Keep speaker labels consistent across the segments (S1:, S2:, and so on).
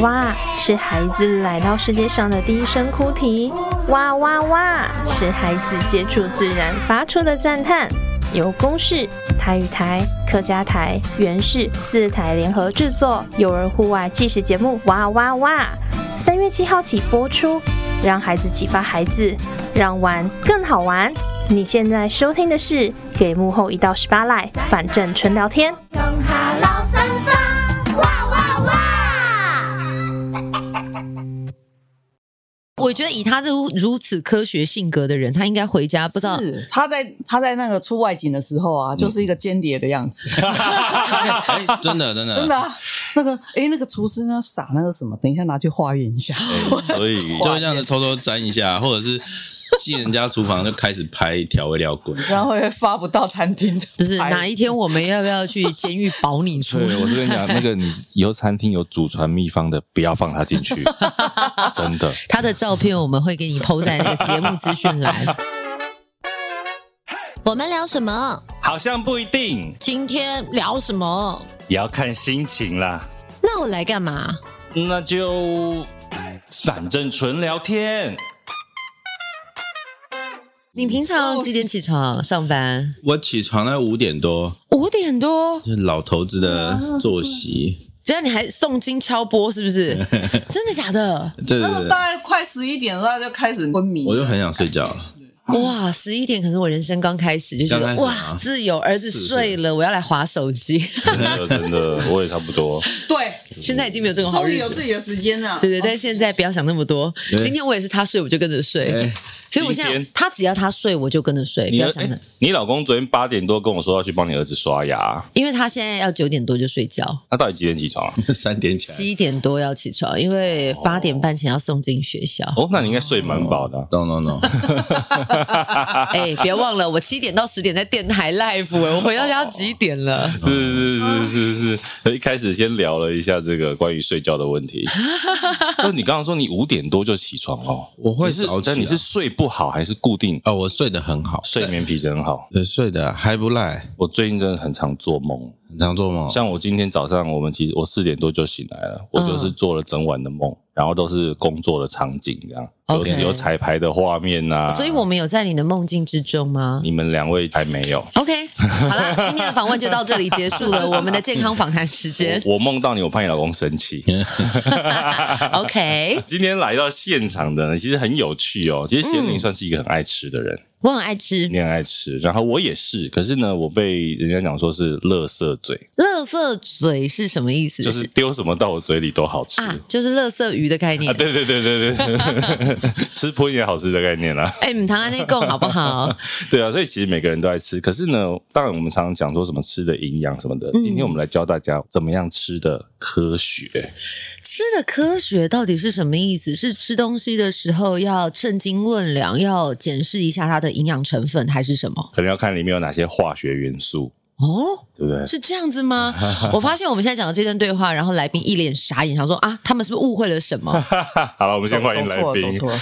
S1: 哇是孩子来到世界上的第一声哭啼，哇哇哇是孩子接触自然发出的赞叹。由公视、台语台、客家台、原视四台联合制作幼儿户外纪实节目《哇哇哇》，三月七号起播出，让孩子启发孩子，让玩更好玩。你现在收听的是《给幕后一到十八来》，反正纯聊天。
S2: 用哈老三发，哇哇哇！
S3: 我觉得以他这如如此科学性格的人，他应该回家不知道
S4: 是他在他在那个出外景的时候啊，就是一个间谍的样子，
S5: 哎，真的真的
S4: 真的、啊。那个哎，那个厨师呢，撒那个什么，等一下拿去化验一下。
S5: 哎所以就会这样子偷偷沾一下，或者是进人家厨房就开始拍调味料滚。
S4: 然后会发不到餐厅的，
S3: 就是哪一天我们要不要去监狱保你出
S6: 对，
S3: 来？
S6: 我是跟你讲，那个 你以后餐厅有祖传秘方的，不要放他进去，真的。
S3: 他的照片我们会给你 PO 在那个节目资讯栏。 我们聊什么？
S7: 好像不一定，
S3: 今天聊什么？
S7: 也要看心情啦。
S3: 那我来干嘛？
S7: 那就反正纯聊天。
S3: 你平常几点起床上班？
S5: 我起床在五点多，
S3: 五点多，
S5: 就是老头子的作息。
S3: 这样你还诵经敲钵是不是？ 真的假的？
S5: 对
S4: 那
S5: 对
S4: 个
S5: 对
S4: 大，概快十一点的时候他就开始昏迷，
S5: 我就很想睡觉了。
S3: 哇，十一点可是我人生刚开始，就觉
S5: 刚开
S3: 得
S5: 始
S3: 哇
S5: 啊，
S3: 自由，儿子
S5: 是是
S3: 睡了，我要来划手机。
S6: 真的真的，我也差不多。
S4: 对，
S3: 现在已经没有这种好
S4: 终于
S3: 日
S4: 有
S3: 子
S4: 自。己的时间了。
S3: 对对，但现在不要想那么多。
S5: 对
S3: 今天我也是他睡，我就跟着睡
S5: 哎。
S3: 所以我现
S7: 今
S3: 在
S7: 天
S3: 他只要他睡，我就跟着睡，不
S7: 你
S3: 要
S7: 儿
S3: 想那
S7: 哎，你老公昨天八点多跟我说要去帮你儿子刷牙，
S3: 因为他现在要九点多就睡觉，
S7: 那到底几点起床啊？
S5: 哎 三点起
S3: 七点多要起床，因为八点半前要送进学校。
S7: 哦，那你应该睡蛮饱的啊
S3: 哦
S5: 来。。No no no，
S3: 哎，别忘了，我七点到十点在电台 live，哎我回到家几点了？
S7: 是是是是是，一开始先聊了一下这个关于睡觉的 问题。那你刚刚说你五点多就起床哦，
S5: 我会
S7: 你是
S5: 早起啊
S7: 但你是睡不好还是固定呃
S5: 哦，我睡得很好，
S7: 睡眠品质很好？
S5: 对睡得还不赖，
S7: 我最近真的很常做梦，
S5: 很常做梦。
S7: 像我今天早上，我们其实我四点多就醒来了，我就是做了整晚的梦，然后都是工作的场景这样，有
S3: OK
S7: 有彩排的画面呐、
S3: 所以我们有在你的梦境之中吗
S7: 哦你们两位还没有。
S3: ？OK，好啦，今天的访问就到这里结束了，我们的健康访谈时 间。
S7: 我我梦到你，我怕你老公生气。
S3: OK，
S7: 今天来到现场的呢，其实很有趣哦。其实贤玲算是一个很爱吃的人，
S3: 我很爱吃
S7: 你很爱吃，然后我也是，可是呢，我被人家讲说是垃圾嘴，
S3: 乐色嘴是什么意思？
S7: 就是丢什么到我嘴里都好吃。
S3: 啊，就是乐色鱼的概念。
S7: 啊，对对对 对对，吃喷也好吃的概念啦、
S3: 哎，唔唐安内贡好不 好？
S7: 对啊，所以其实每个人都爱吃，可是呢，当然我们常常讲说什么吃的营养什么
S4: 嗯
S7: 的，今天我们来教大家怎么样吃的科学。
S3: 吃的科学到底是什么意思？是吃东西的时候要称斤论两，要检视一下它的营养成分，还是什么？
S7: 可能要看里面有哪些化学元素，
S3: 哦，
S7: 对不对？
S3: 是这样子吗？我发现我们现在讲的这段对话，然后来宾一脸傻眼，想说啊，他们是不是误会了什 么？
S7: 好了，我们
S4: 走
S7: 先欢迎
S4: 走
S7: 来
S4: 错了
S7: 宾
S4: 走。错了。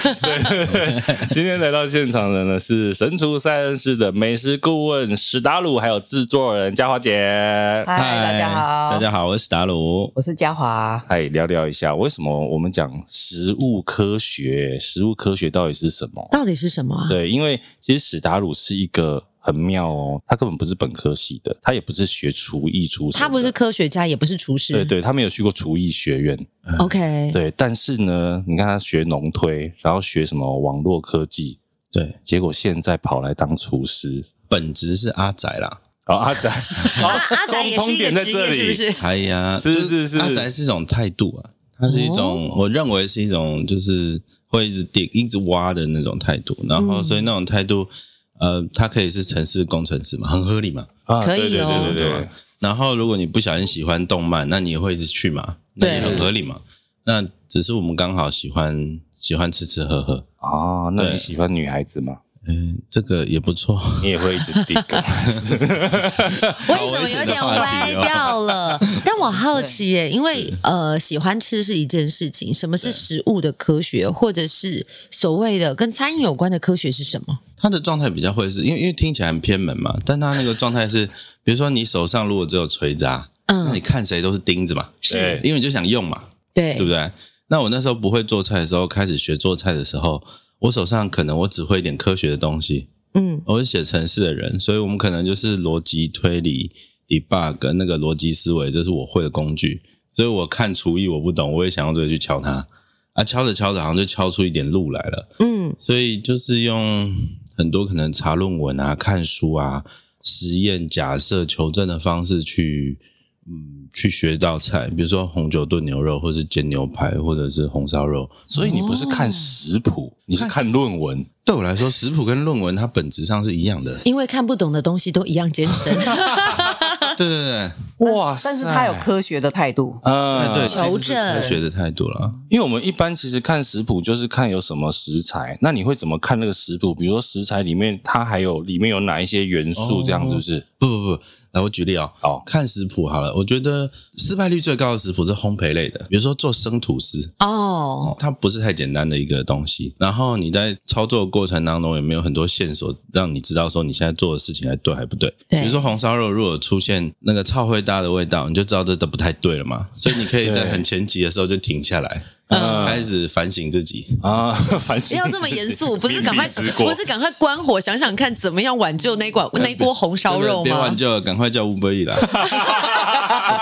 S7: 今天来到现场的呢是神厨三人室的美食顾问史达鲁，还有制作人嘉华姐。
S4: 嗨，大家好，
S5: 大家好，我是史达鲁。
S4: 我是嘉华。
S7: 嗨，聊聊一下为什么我们讲食物科学？食物科学到底是什么？
S3: 到底是什么啊？
S7: 对，因为其实史达鲁是一个很妙哦，他根本不是本科系的，他也不是学厨艺出身的，
S3: 他不是科学家，也不是厨师。
S7: 对对，他没有去过厨艺学院，
S3: ，OK，
S7: 对，但是呢，你看他学农推，然后学什么网络科技，
S5: 对，
S7: 结果现在跑来当厨师。
S5: 本职是阿仔啦。
S7: 哦，阿仔，好
S3: 啊阿仔也
S7: 通
S3: 是一
S7: 点
S3: 个
S7: 在
S3: 职
S7: 这
S3: 业，
S7: 里，
S3: 是不是？
S5: 哎呀，
S7: 是
S5: 就是
S7: 是哦
S5: 阿宅是一种态度啊，它是一种，我认为是一种，就是会一直顶、一直挖的那种态度。然后，
S3: 嗯
S5: 所以那种态度，呃，它可以是城市工程师嘛，很合理嘛。
S7: 啊
S3: 可以
S7: 对
S3: 哦
S7: 对对对对，
S5: 然后，如果你不小心喜欢动漫，那你也会一直去嘛，那也
S3: 对
S5: 很合理嘛。那只是我们刚好喜欢喜欢吃吃喝喝，
S7: 啊，那你
S5: 对
S7: 喜欢女孩子吗？
S5: 嗯，这个也不错。
S7: 你也会一直 啊 dig，
S3: 为什么有点歪掉了？但我好奇耶，因为呃，喜欢吃是一件事情，什么是食物的科学，或者是所谓的跟餐饮有关的科学是什么？
S5: 他的状态比较会是因为因为听起来很偏门嘛，但他那个状态是，比如说你手上如果只有锤子啊，那
S3: 嗯，
S5: 你看谁都是钉子嘛，
S3: 是
S5: 因为你就想用嘛。
S3: 对
S5: 对不对？那我那时候不会做菜的时候，开始学做菜的时候，我手上可能我只会一点科学的东西，
S3: 嗯，
S5: 我是写程式的人，所以我们可能就是逻辑推理、debug 那个逻辑思维，这是我会的工具。所以我看厨艺我不懂，我也想用这个去敲它啊，敲着敲着好像就敲出一点路来了。
S3: 嗯，
S5: 所以就是用很多可能查论文啊、看书啊、实验、假设、求证的方式去，嗯，去学到菜，比如说红酒炖牛肉，或是煎牛排，或者是红烧肉。
S6: 所以你不是看食谱，你是看论文。
S5: 对我来说，食谱跟论文它本质上是一
S3: 。
S5: 样的
S3: 因为看不懂的东西都一样艰 深，
S5: 对对对，
S6: 哇塞！
S4: 但是他有科学的态度，
S5: 哎
S6: 嗯，
S5: 对，
S3: 求
S5: 这就是
S3: 证
S5: 科学的态度了。
S6: 因为我们一般其实看食谱就是看有什么食材，那你会怎么看那个食谱？比如说食材里面它还有里面有哪一些元素，
S5: 哦
S6: 这样是不是？
S5: 不不不，来我举例哦，
S6: 好
S5: 看食谱好了，我觉得失败率最高的食谱是烘焙类的，比如说做生吐司，
S3: 哦，
S5: 哦，它不是太简单的一个东西。然后你在操作的过程当中，有没有很多线索让你知道说你现在做的事情还对还不对？
S3: 对
S5: 比如说红烧肉如果有出现那个超会搭的味道，你就知道这都不太对了 嘛。所以你可以在
S6: 对
S5: 很前期的时候就停下来，
S6: 嗯
S5: 开始反省自己。
S6: 啊， 反
S3: 不
S6: 正
S3: 要这么严 肃，不是赶 快，不
S6: 我
S3: 是赶快关火，想想看怎么样挽救那一锅那一锅红烧肉
S5: 别
S3: 吗
S5: 挽？救了，赶快叫乌龟来，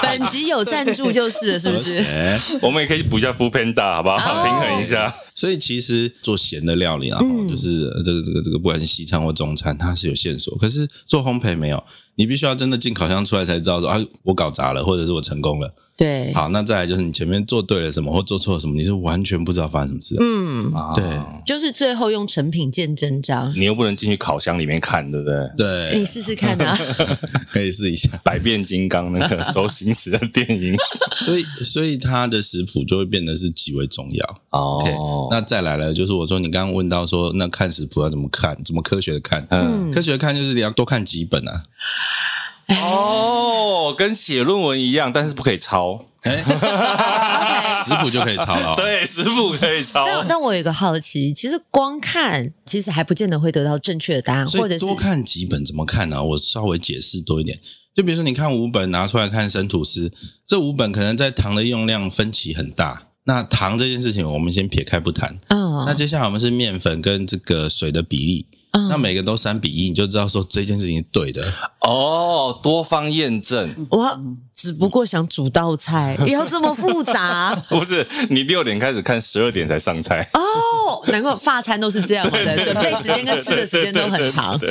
S3: 本集有赞助就是了，是不是？
S5: 哎
S6: 我们也可以补一下 f o o Panda 好不
S3: 哦
S6: 好？平衡一下。
S5: 所以其实做咸的料理啊，
S3: 嗯
S5: 就是呃这个这个这个，不管是西餐或中餐，它是有线索。可是做烘焙没有，你必须要真的进烤箱出来才知道说啊，我搞砸了，或者是我成功了。
S3: 对，
S5: 好，那再来就是你前面做对了什么或做错了什么，你是完全不知道发生什么事的。
S3: 嗯，
S6: 啊
S5: 对
S3: 就是最后用成品见真章，
S6: 你又不能进去烤箱里面看，对不对？
S3: 你
S5: 对，
S3: 试试看 啊。
S5: 可以试一下。
S6: 百变金刚那个 周星驰的电影
S5: 所以，所以它的食谱就会变得是极为重要。OK，、
S6: 哦
S5: 那再来了，就是我说你刚刚问到说，那看食谱要怎么看，怎么科学的看？
S6: 嗯
S5: 科学的看就是你要多看几本啊。
S6: 哦，跟写论文一样，但是不可以抄。
S5: 哎、 食谱哎就可以抄 了、哦。
S6: 对，食谱可以抄。
S3: 但但我有一个好奇，其实光看其实还不见得会得到正确的答案，
S5: 所
S3: 或
S5: 以
S3: 者是
S5: 多看几本怎么看呢、我稍微解释多一点。就比如说，你看五本拿出来看生吐司，这五本可能在糖的用量分歧很大。那糖这件事情，我们先撇开不谈。
S3: 嗯，
S5: 那接下来我们是面粉跟这个水的比例，
S3: 嗯
S5: 那每个都三比一，你就知道说这件事情是对的。
S6: 哦，多方验
S5: 嗯
S6: 证，
S3: 我只不过想煮道菜，也要这么复杂
S6: 不是你六点开始看，十二点才上菜。
S3: 哦？难怪法餐都是这样的，准备时间跟吃的时间都很长。
S5: 不，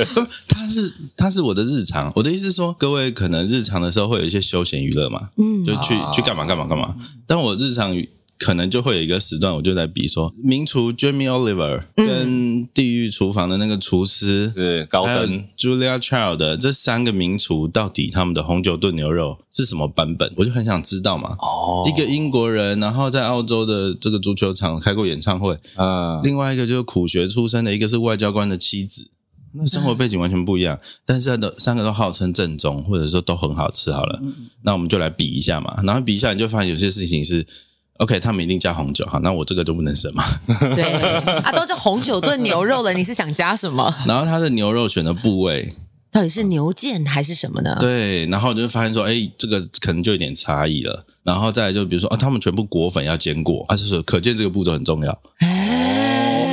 S5: 它是它是我的日常。我的意思是说，各位可能日常的时候会有一些休闲娱乐嘛，
S3: 嗯
S5: 就去
S6: 啊
S5: 去干嘛干嘛干嘛。但我日常可能就会有一个时段，我就在比说，名厨 Jamie Oliver
S3: 嗯
S5: 跟地狱厨房的那个厨师。
S6: 是高
S5: 还有
S6: 登
S5: Julia Child 这三个名厨到底他们的红酒炖牛肉是什么版本？我就很想知道嘛。
S6: 哦
S5: 一个英国人，然后在澳洲的这个足球场开过演唱会，
S7: 啊
S6: 嗯
S5: 另外一个就是苦学出身的，一个是外交官的妻子，那生活背景完全不一样，但是的三个都号称正宗，或者说都很好吃。好了，那我们就来比一下嘛，然后比一下你就发现有些事情是。OK，他们一定加红酒，好，那我这个就不能省嘛。
S3: 对啊，都叫红酒炖牛肉了，你是想加什么？
S5: 然后他的牛肉选的部位，
S3: 到底是牛腱还是什么呢？
S5: 对，然后我就发现说，哎、这个可能就有点差异了。然后再来就比如说，啊，他们全部裹粉要煎过，啊，就是可见这个步骤很重要。
S6: 哎，
S3: 哎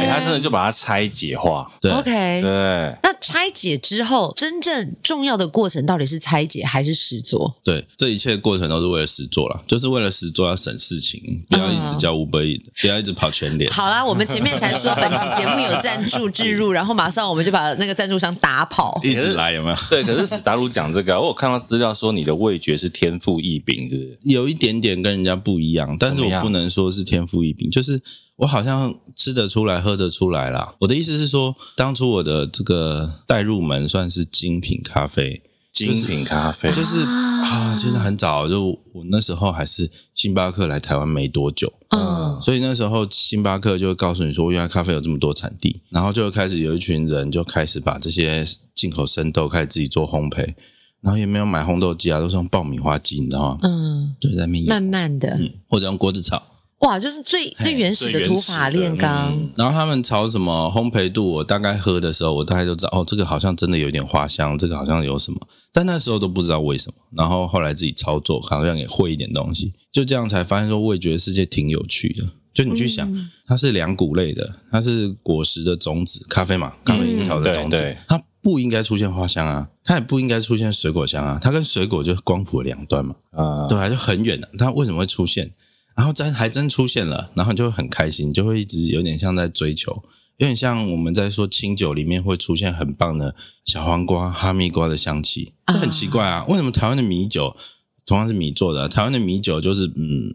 S6: 他真的就把它拆解化。
S5: 对哎
S3: OK。
S6: 对，
S3: 那拆解之后，真正重要的过程到底是拆解还是实做？
S5: 对，这一切过程都是为了实做啦，就是为了实做要省事情，不要一
S6: 嗯
S5: 直叫 Uber Eats，不要一直跑全脸。
S3: 好啦，我们前面才说本期节目有赞助置入，然后马上我们就把那个赞助商打跑。
S5: 一直来有没有？
S6: 对，可是史达鲁讲这 个啊，我有看到资料说你的味觉是天赋异禀，是不是？
S5: 有一点点跟人家不一样，但是
S6: 怎么
S5: 我
S6: 样
S5: 不能说是天赋异禀，就是我好像吃得出来、喝得出来啦。我的意思是说，当初我的这个带入门算是精品咖啡，
S6: 精品咖啡
S5: 就是啊，其实很早就我那时候还是星巴克来台湾没多久，
S3: 嗯，
S5: 所以那时候星巴克就会告诉你说，原来咖啡有这么多产地，然后就开始有一群人就开始把这些进口生豆开始自己做烘焙，然后也没有买烘豆机啊，都是用爆米花机，你知道吗？
S3: 嗯，
S5: 就在那边
S3: 慢
S5: 摇，
S3: 慢的，
S5: 嗯，或者用锅子炒。
S3: 哇，就是最最原始的土法炼钢，
S5: 嗯然后他们炒什么烘焙度，我大概喝的时候，我大概就知道哦，这个好像真的有点花香，这个好像有什么，但那时候都不知道为什么。然后后来自己操作，好像也会一点东西，就这样才发现说味觉世界挺有趣的。就你去想，它是两谷类的，它是果实的种子，咖啡嘛，咖啡樱桃的
S7: 对
S5: 种子，
S7: 对
S5: 它不应该出现花香啊，它也不应该出现水果香啊，它跟水果就是光谱的两端嘛。
S6: 嗯
S7: 啊，
S5: 对啊，就很远的、它为什么会出现？然后真还真出现了，然后你就会很开心，你就会一直有点像在追求，有点像我们在说清酒里面会出现很棒的小黄瓜、哈密瓜的香气，这很奇怪啊！为什么台湾的米酒同样是米做的，台湾的米酒就是嗯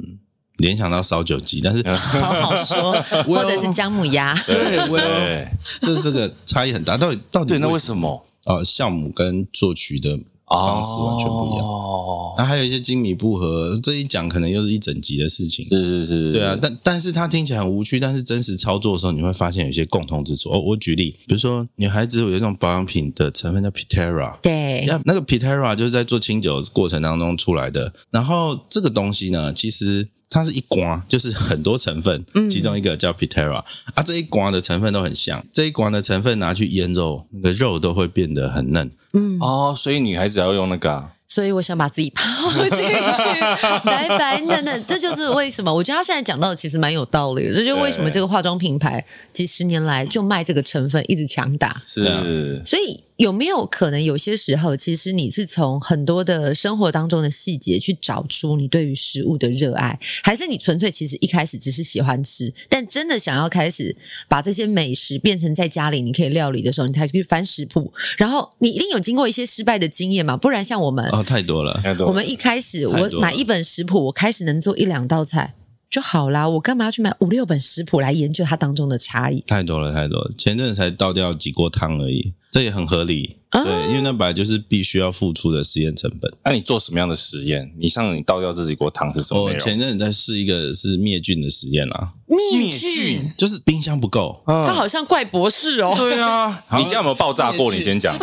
S5: 联想到烧酒鸡，但 是
S3: 好好说，或者是姜母鸭，
S5: 对，well，
S7: 对
S5: 这这个差异很大，到底到底
S7: 对，那为
S5: 么？
S7: 什么
S5: 呃，酵母跟作曲的方式完全不一样，
S7: 哦
S5: 那、还有一些精米不合，这一讲可能又是一整集的事情。
S7: 是是是，
S5: 对啊，但但是它听起来很无趣，但是真实操作的时候，你会发现有一些共同之处。哦，我举例，比如说女孩子有一种保养品的成分叫 Pitera，
S3: 对，
S5: 那那个 Pitera 就是在做清酒的过程当中出来的。然后这个东西呢，其实它是一瓜，就是很多成分，其中一个叫 Pitera、啊，这一瓜的成分都很像，这一瓜的成分拿去腌肉，那个肉都会变得很嫩。
S3: 嗯，
S7: 哦，所以女孩子要用那个啊
S3: 所以我想把自己泡进去， 白白嫩嫩，这就是为什么我觉得他现在讲到的其实蛮有道理的，这就是为什么这个化妆品牌几十年来就卖这个成分一直强打。
S5: 啊
S7: 是
S3: 所以有没有可能有些时候，其实你是从很多的生活当中的细节去找出你对于食物的热爱，还是你纯粹其实一开始只是喜欢吃，但真的想要开始把这些美食变成在家里你可以料理的时候，你才去翻食谱，然后你一定有经过一些失败的经验嘛，不然像我们，
S5: 哦，太多了。
S7: 那种
S3: 我们一开始
S5: 太多
S3: 我
S5: 了
S3: 买一本食谱，我开始能做一两道菜。就好啦，我干嘛要去买五六本食谱来研究它当中的差异？
S5: 太多了，太多了。前阵子才倒掉几锅汤而已，这也很合理。
S3: 啊
S5: 对，因为那本来就是必须要付出的实验成本。
S7: 那你做什么样的实验？你像你倒掉这几锅汤是什么
S5: 我
S7: 内容？
S5: 哦前阵子在试一个是灭菌的实验啦，
S3: 灭
S7: 灭菌，
S5: 就是冰箱不够，
S7: 嗯
S3: 它好像怪博士哦。
S7: 对啊，你家有没有爆炸过？你先讲。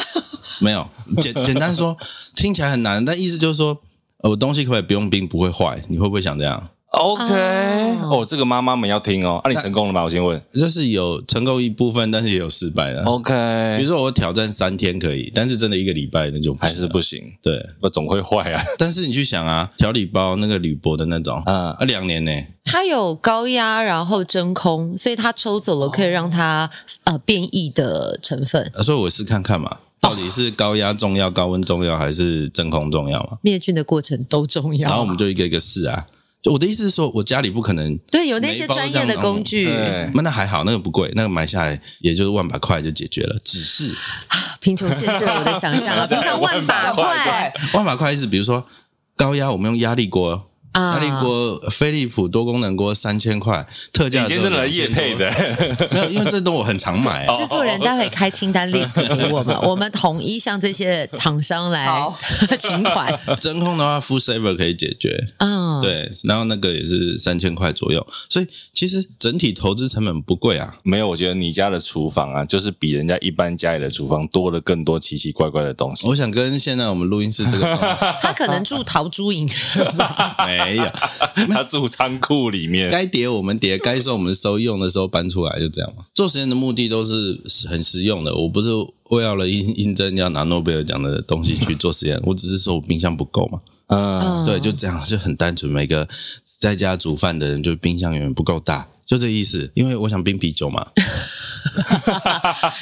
S5: 没有简 简单说，听起来很难，但意思就是说，呃我东西可不可以不用冰不会坏？你会不会想这样？
S7: OK，
S3: 哦
S7: 哦，这个妈妈们要听哦。啊，你成功了吗？我先问。
S5: 就是有成功一部分，但是也有失败的。啊
S7: OK，
S5: 比如说我挑战三天可以，但是真的一个礼拜那就
S7: 还是
S5: 行了
S7: 不行，
S5: 对。
S7: 我总会坏啊。
S5: 但是你去想啊，调理包那个铝箔的那种，
S7: 嗯
S5: 啊，两年呢、
S3: 它有高压，然后真空，所以它抽走了可以
S5: 哦
S3: 让它、呃变异的成分。
S5: 啊所以我试看看嘛，到底是高压重要、高温重要，还是真空重要嘛？
S3: 灭菌的过程都重要。啊
S5: 然后我们就一个一个试啊。就我的意思是说，我家里不可能，
S3: 对有那些专业的工具，
S7: 对，
S5: 那那还好，那个不贵，那个买下来也就是万把块就解决了。只是
S3: 贫穷限制了我的想象 啊！平常万把块
S5: 万把块意思，比如说高压，我们用压力锅。
S3: 啊
S5: 压力锅，飞利浦多功能锅三千块，特价
S7: 你
S5: 的时
S7: 今
S5: 候
S7: 天真的来夜配
S5: 2000多，
S7: 的，哦
S5: 没有，因为这都我很常买、
S3: 制作人待会开清 单 list 给我们，我们统一向这些厂商来
S4: 好
S3: 请款。
S5: 啊真空的话 f u l Saver 可以解决，
S3: 嗯，，
S5: 对，然后那个也是三千块左右，所以其实整体投资成本不贵啊，
S7: 没有，我觉得你家的厨房啊，就是比人家一般家里的厨房多了更多奇奇怪怪的东 西。
S5: 我想跟现在我们录音室这个哦
S3: 他可能住桃珠营，
S5: 没有，
S7: 他住仓库里面，
S5: 该叠我们叠，该收我们收，用的时候搬出来就这样嘛。做实验的目的都是很实用的，我不是为了应应征要拿诺贝尔奖的东西去做实验，我只是说我冰箱不够嘛，
S7: 嗯，
S5: 对，就这样，就很单纯。每个在家煮饭的人，就冰箱永远不够大。就这意思，因为我想冰啤酒嘛，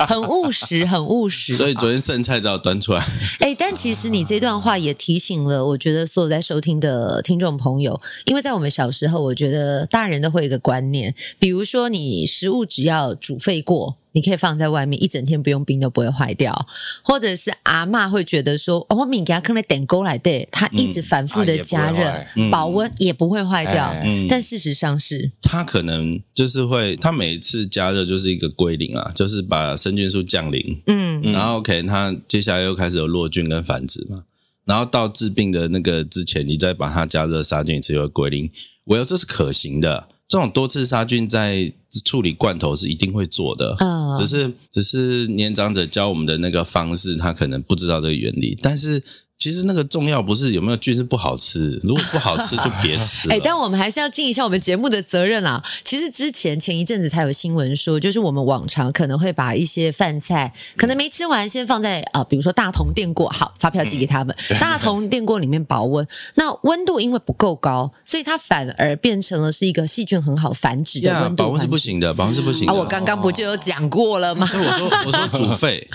S3: 很务实，很务实。
S5: 所以昨天剩菜只好端出来。
S3: 哎、但其实你这段话也提醒了，我觉得所有在收听的听众朋友，因为在我们小时候，我觉得大人都会有一个观念，比如说你食物只要煮沸过，你可以放在外面一整天不用冰都不会坏掉，或者是阿嬷会觉得说，哦，我米给它坑了点沟来的，它一直反复的加热，
S7: 啊也
S5: 嗯不会坏
S3: 保温也不会坏掉。
S7: 哎
S5: 嗯，
S3: 但事实上是，
S5: 它可能就是会，它每次加热就是一个归零啊，就是把生菌数降零，
S3: 嗯，
S5: 然后 OK，它接下来又开始有落菌跟繁殖嘛，然后到治病的那个之前，你再把它加热杀菌一次，又会归零。我要这是可行的，这种多次杀菌在处理罐头是一定会做的。
S3: 啊
S5: 只是只是年长者教我们的那个方式，他可能不知道这个原理，但是其实那个重要不是有没有菌，是不好吃。如果不好吃就别吃 了。
S3: 哎、但我们还是要尽一下我们节目的责任啊。其实之前前一阵子才有新闻说，就是我们往常可能会把一些饭菜可能没吃完，先放在啊、呃比如说大同电锅，好，发票寄给 他们，大同电锅里面保温。那温度因为不够高，所以它反而变成了是一个细菌很好繁殖的
S5: 呀
S3: 温度。
S5: 保温是不。行的，保温是不行
S3: 啊，
S5: 的。
S3: 我刚刚不就有讲过了吗？
S5: 所以我说我说煮沸，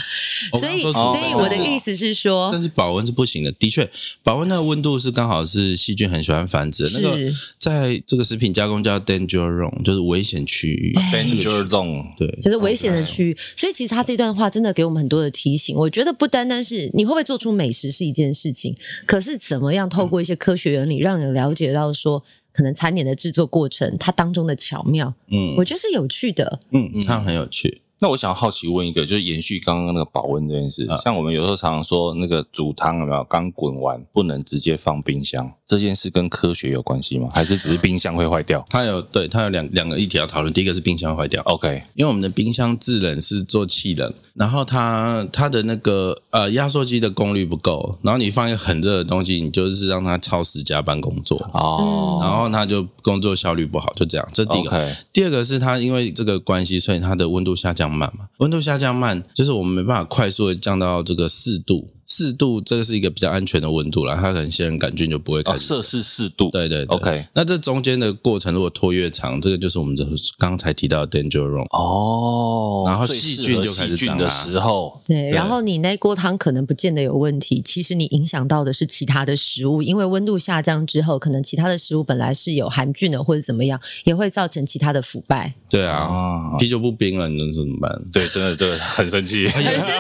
S5: 我
S3: 所
S5: 刚
S3: 以，
S5: 说煮
S3: 所
S5: 沸
S3: 以我的
S5: 但是
S3: 意思是说，
S5: 但是保温是不行的，的确，保温的温度是刚好是细菌很喜欢繁殖的。那个
S3: 是
S5: 在这个食品加工叫 danger zone，就是危险区域。
S7: Danger Zone，
S5: 对，
S3: 就是危
S7: 哦
S3: 险的区域。所以其实他这段话真的给我们很多的提醒。我觉得不单单是你会不会做出美食是一件事情，可是怎么样透过一些科学原理，让人了解到说。可能餐点的制作过程，它当中的巧妙，
S5: 嗯
S3: 我觉得是有趣的。
S5: 嗯，它很有趣。
S7: 那我想好奇问一个，就是延续刚刚那个保温这件事，像我们有时候常常说那个煮汤有没有刚滚完不能直接放冰箱，这件事跟科学有关系吗？还是只是冰箱会坏掉
S5: 它有对它有两两个议题要讨论，第一个是冰箱坏掉，
S7: ？OK，
S5: 因为我们的冰箱制冷是做气冷，然后它它的那个呃压缩机的功率不够，然后你放一个很热的东西，你就是让它超时加班工作，
S7: 哦，
S5: 然后它就工作效率不好，就这样。这
S7: 嗯
S5: 第一个。
S7: OK，哦
S5: 第二个是它因为这个关系，所以它的温度下降慢嘛。温度下降慢，就是我们没办法快速的降到这个四度，四度这个是一个比较安全的温度啦，它可能些人杆菌就不会开
S7: 哦，
S5: 始
S7: 摄氏四度，
S5: 对对对
S7: OK
S5: 那这中间的过程如果拖越长，这个就是我们这刚才提到的 danger room。
S7: 哦，
S5: 然后
S7: 最适
S5: 细
S7: 合
S5: 菌就开始
S7: 细菌
S5: 长
S7: 的
S5: 啦
S7: 时候，
S3: 对，然后你那锅汤可能不见得有问题，其实你影响到的是其他的食物，因为温度下降之后，可能其他的食物本来是有含菌的或者怎么样，也会造成其他的腐败。
S5: 对啊，
S7: 啊，
S5: 啤酒不冰了，你能怎么办？
S7: 对，真的，真的很生气，很
S3: 生
S7: 气。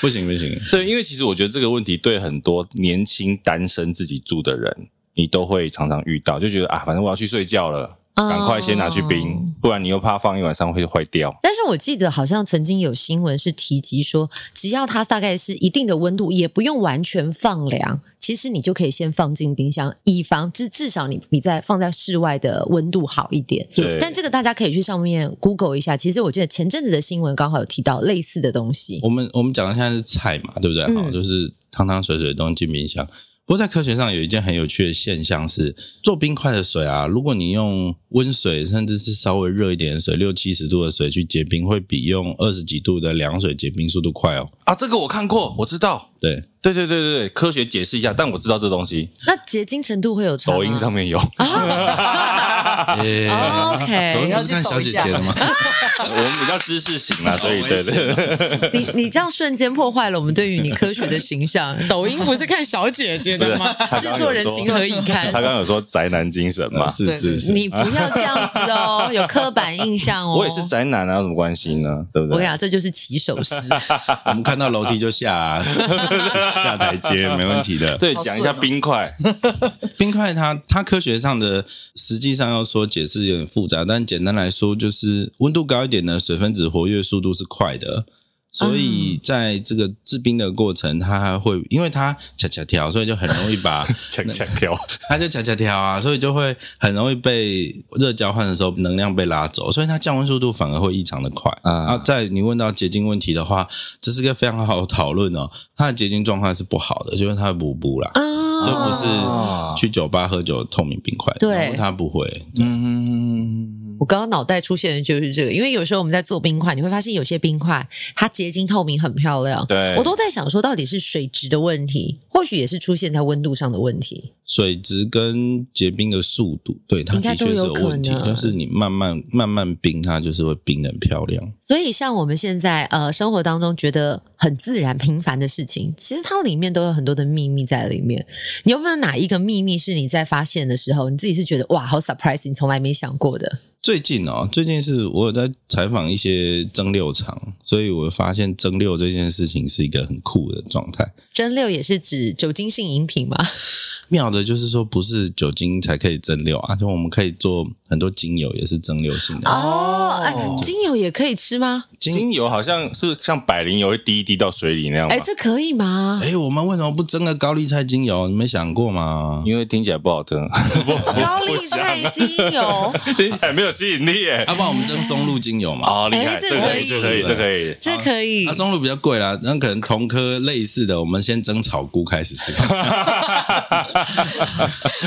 S5: 不行不行，
S7: 对，因为其实我觉得这个问题对很多年轻单身自己住的人，你都会常常遇到，就觉得啊，反正我要去睡觉了，赶快先拿去冰，
S3: 哦
S7: 不然你又怕放一晚上会坏掉。
S3: 但是我记得好像曾经有新闻是提及说，只要它大概是一定的温度，也不用完全放凉，其实你就可以先放进冰箱，以防至至少你比在放在室外的温度好一点。
S7: 对
S3: 但这个大家可以去上面 Google 一下。其实我记得前阵子的新闻刚好有提到类似的东西
S7: 哦
S5: 我。们我们讲的现在是菜嘛，对不对？
S3: 嗯
S5: 好，就是汤汤水水的东西进冰箱。不过在科学上有一件很有趣的现象是，做冰块的水啊，如果你用温水甚至是稍微热一点的水，六七十度的水去结冰，会比用二十几度的凉水结冰速度快哦。
S7: 啊，这个我看过，我知道。
S5: 对，
S7: 对对对对对，科学解释一下，但我知道这东西，
S3: 那结晶程度会有差吗
S7: 抖音上面有。
S3: 啊哦
S5: 昨
S3: OK，
S5: 天不是看小姐姐的吗？
S7: 我们比较知识 型啦，所以对对对，
S3: 你你这样瞬间破坏了我们对于你科学的形 象。抖音不是看小姐姐的吗？
S7: 不是他刚
S3: 制
S7: 刚有
S3: 作人
S7: 说
S3: 情何以堪
S7: 他？刚刚有说宅男精神嘛，
S5: 是
S8: 对
S5: 是
S8: 对
S5: 是，
S3: 你不要这样子 哦，有刻板印象哦。
S7: 我也是宅男啊，有什么关系呢？对不
S3: 我跟你
S7: 对？
S3: 讲，这就是起手式。啊
S5: 我们看到楼梯就下啊 下台阶，没问题的。
S7: 对，
S8: 好
S7: 讲一下
S8: 顺哦
S7: 冰块，
S5: 冰块它它科学上的实际上要说解释有点复杂，但简单来说就是温度高一点呢，水分子活跃速度是快的，所以在这个制冰的过程，它还会因为它恰恰跳，所以就很容易把
S7: 讲讲跳。
S5: 它就恰恰跳啊，所以就会很容易被热交换的时候能量被拉走，所以它降温速度反而会异常的快
S7: 啊
S5: 啊。在你问到结晶问题的话，这是个非常好的讨论哦，它的结晶状况是不好的，就是它的补补啦。
S3: 啊
S5: 这不
S7: 哦
S5: 是去酒吧喝酒的透明冰块，
S3: 对
S5: 然后它不会。
S7: 嗯
S3: 我，刚刚脑袋出现的就是这个，因为有时候我们在做冰块，你会发现有些冰块它结晶透明很漂亮，
S7: 对
S3: 我都在想说到底是水质的问题，或许也是出现在温度上的问题。
S5: 水质跟结冰的速度，对它
S3: 应该
S5: 的确
S3: 都
S5: 是
S3: 有可
S5: 问题，
S3: 能
S5: 就是你慢慢慢慢冰，它就是会冰的很漂亮。
S3: 所以像我们现在呃生活当中觉得很自然平凡的事情，其实它里面都有很多的秘密在里面。你有没有哪一个秘密是你在发现的时候，你自己是觉得哇好 surprise，你从来没想过的？
S5: 最近哦，最近是我有在采访一些蒸馏厂，所以我发现蒸馏这件事情是一个很酷的状态。
S3: 蒸馏也是指酒精性饮品吗？
S5: 妙的就是说，不是酒精才可以蒸馏啊，就我们可以做很多精油也是蒸馏性的，
S3: 哦，哎，精油也可以吃吗？
S7: 精油好像是像百灵油会滴一滴到水里那样嘛
S3: 哎，，这可以吗？
S5: 哎、我们为什么不蒸个高丽菜精油？你没想过吗？
S7: 因为听起来不好听，
S3: 高丽菜精 油，
S7: 听起来没有吸引力耶。
S5: 要、不然我们蒸松露精油嘛？
S7: 哦，厉害，
S3: 哎这
S7: 这
S3: 可
S7: 可
S3: 以
S7: 以，这可以，这可以。
S3: 这可以
S5: 那、。松露比较贵啦，那可能同科类似的，我们先蒸草菇开始吃。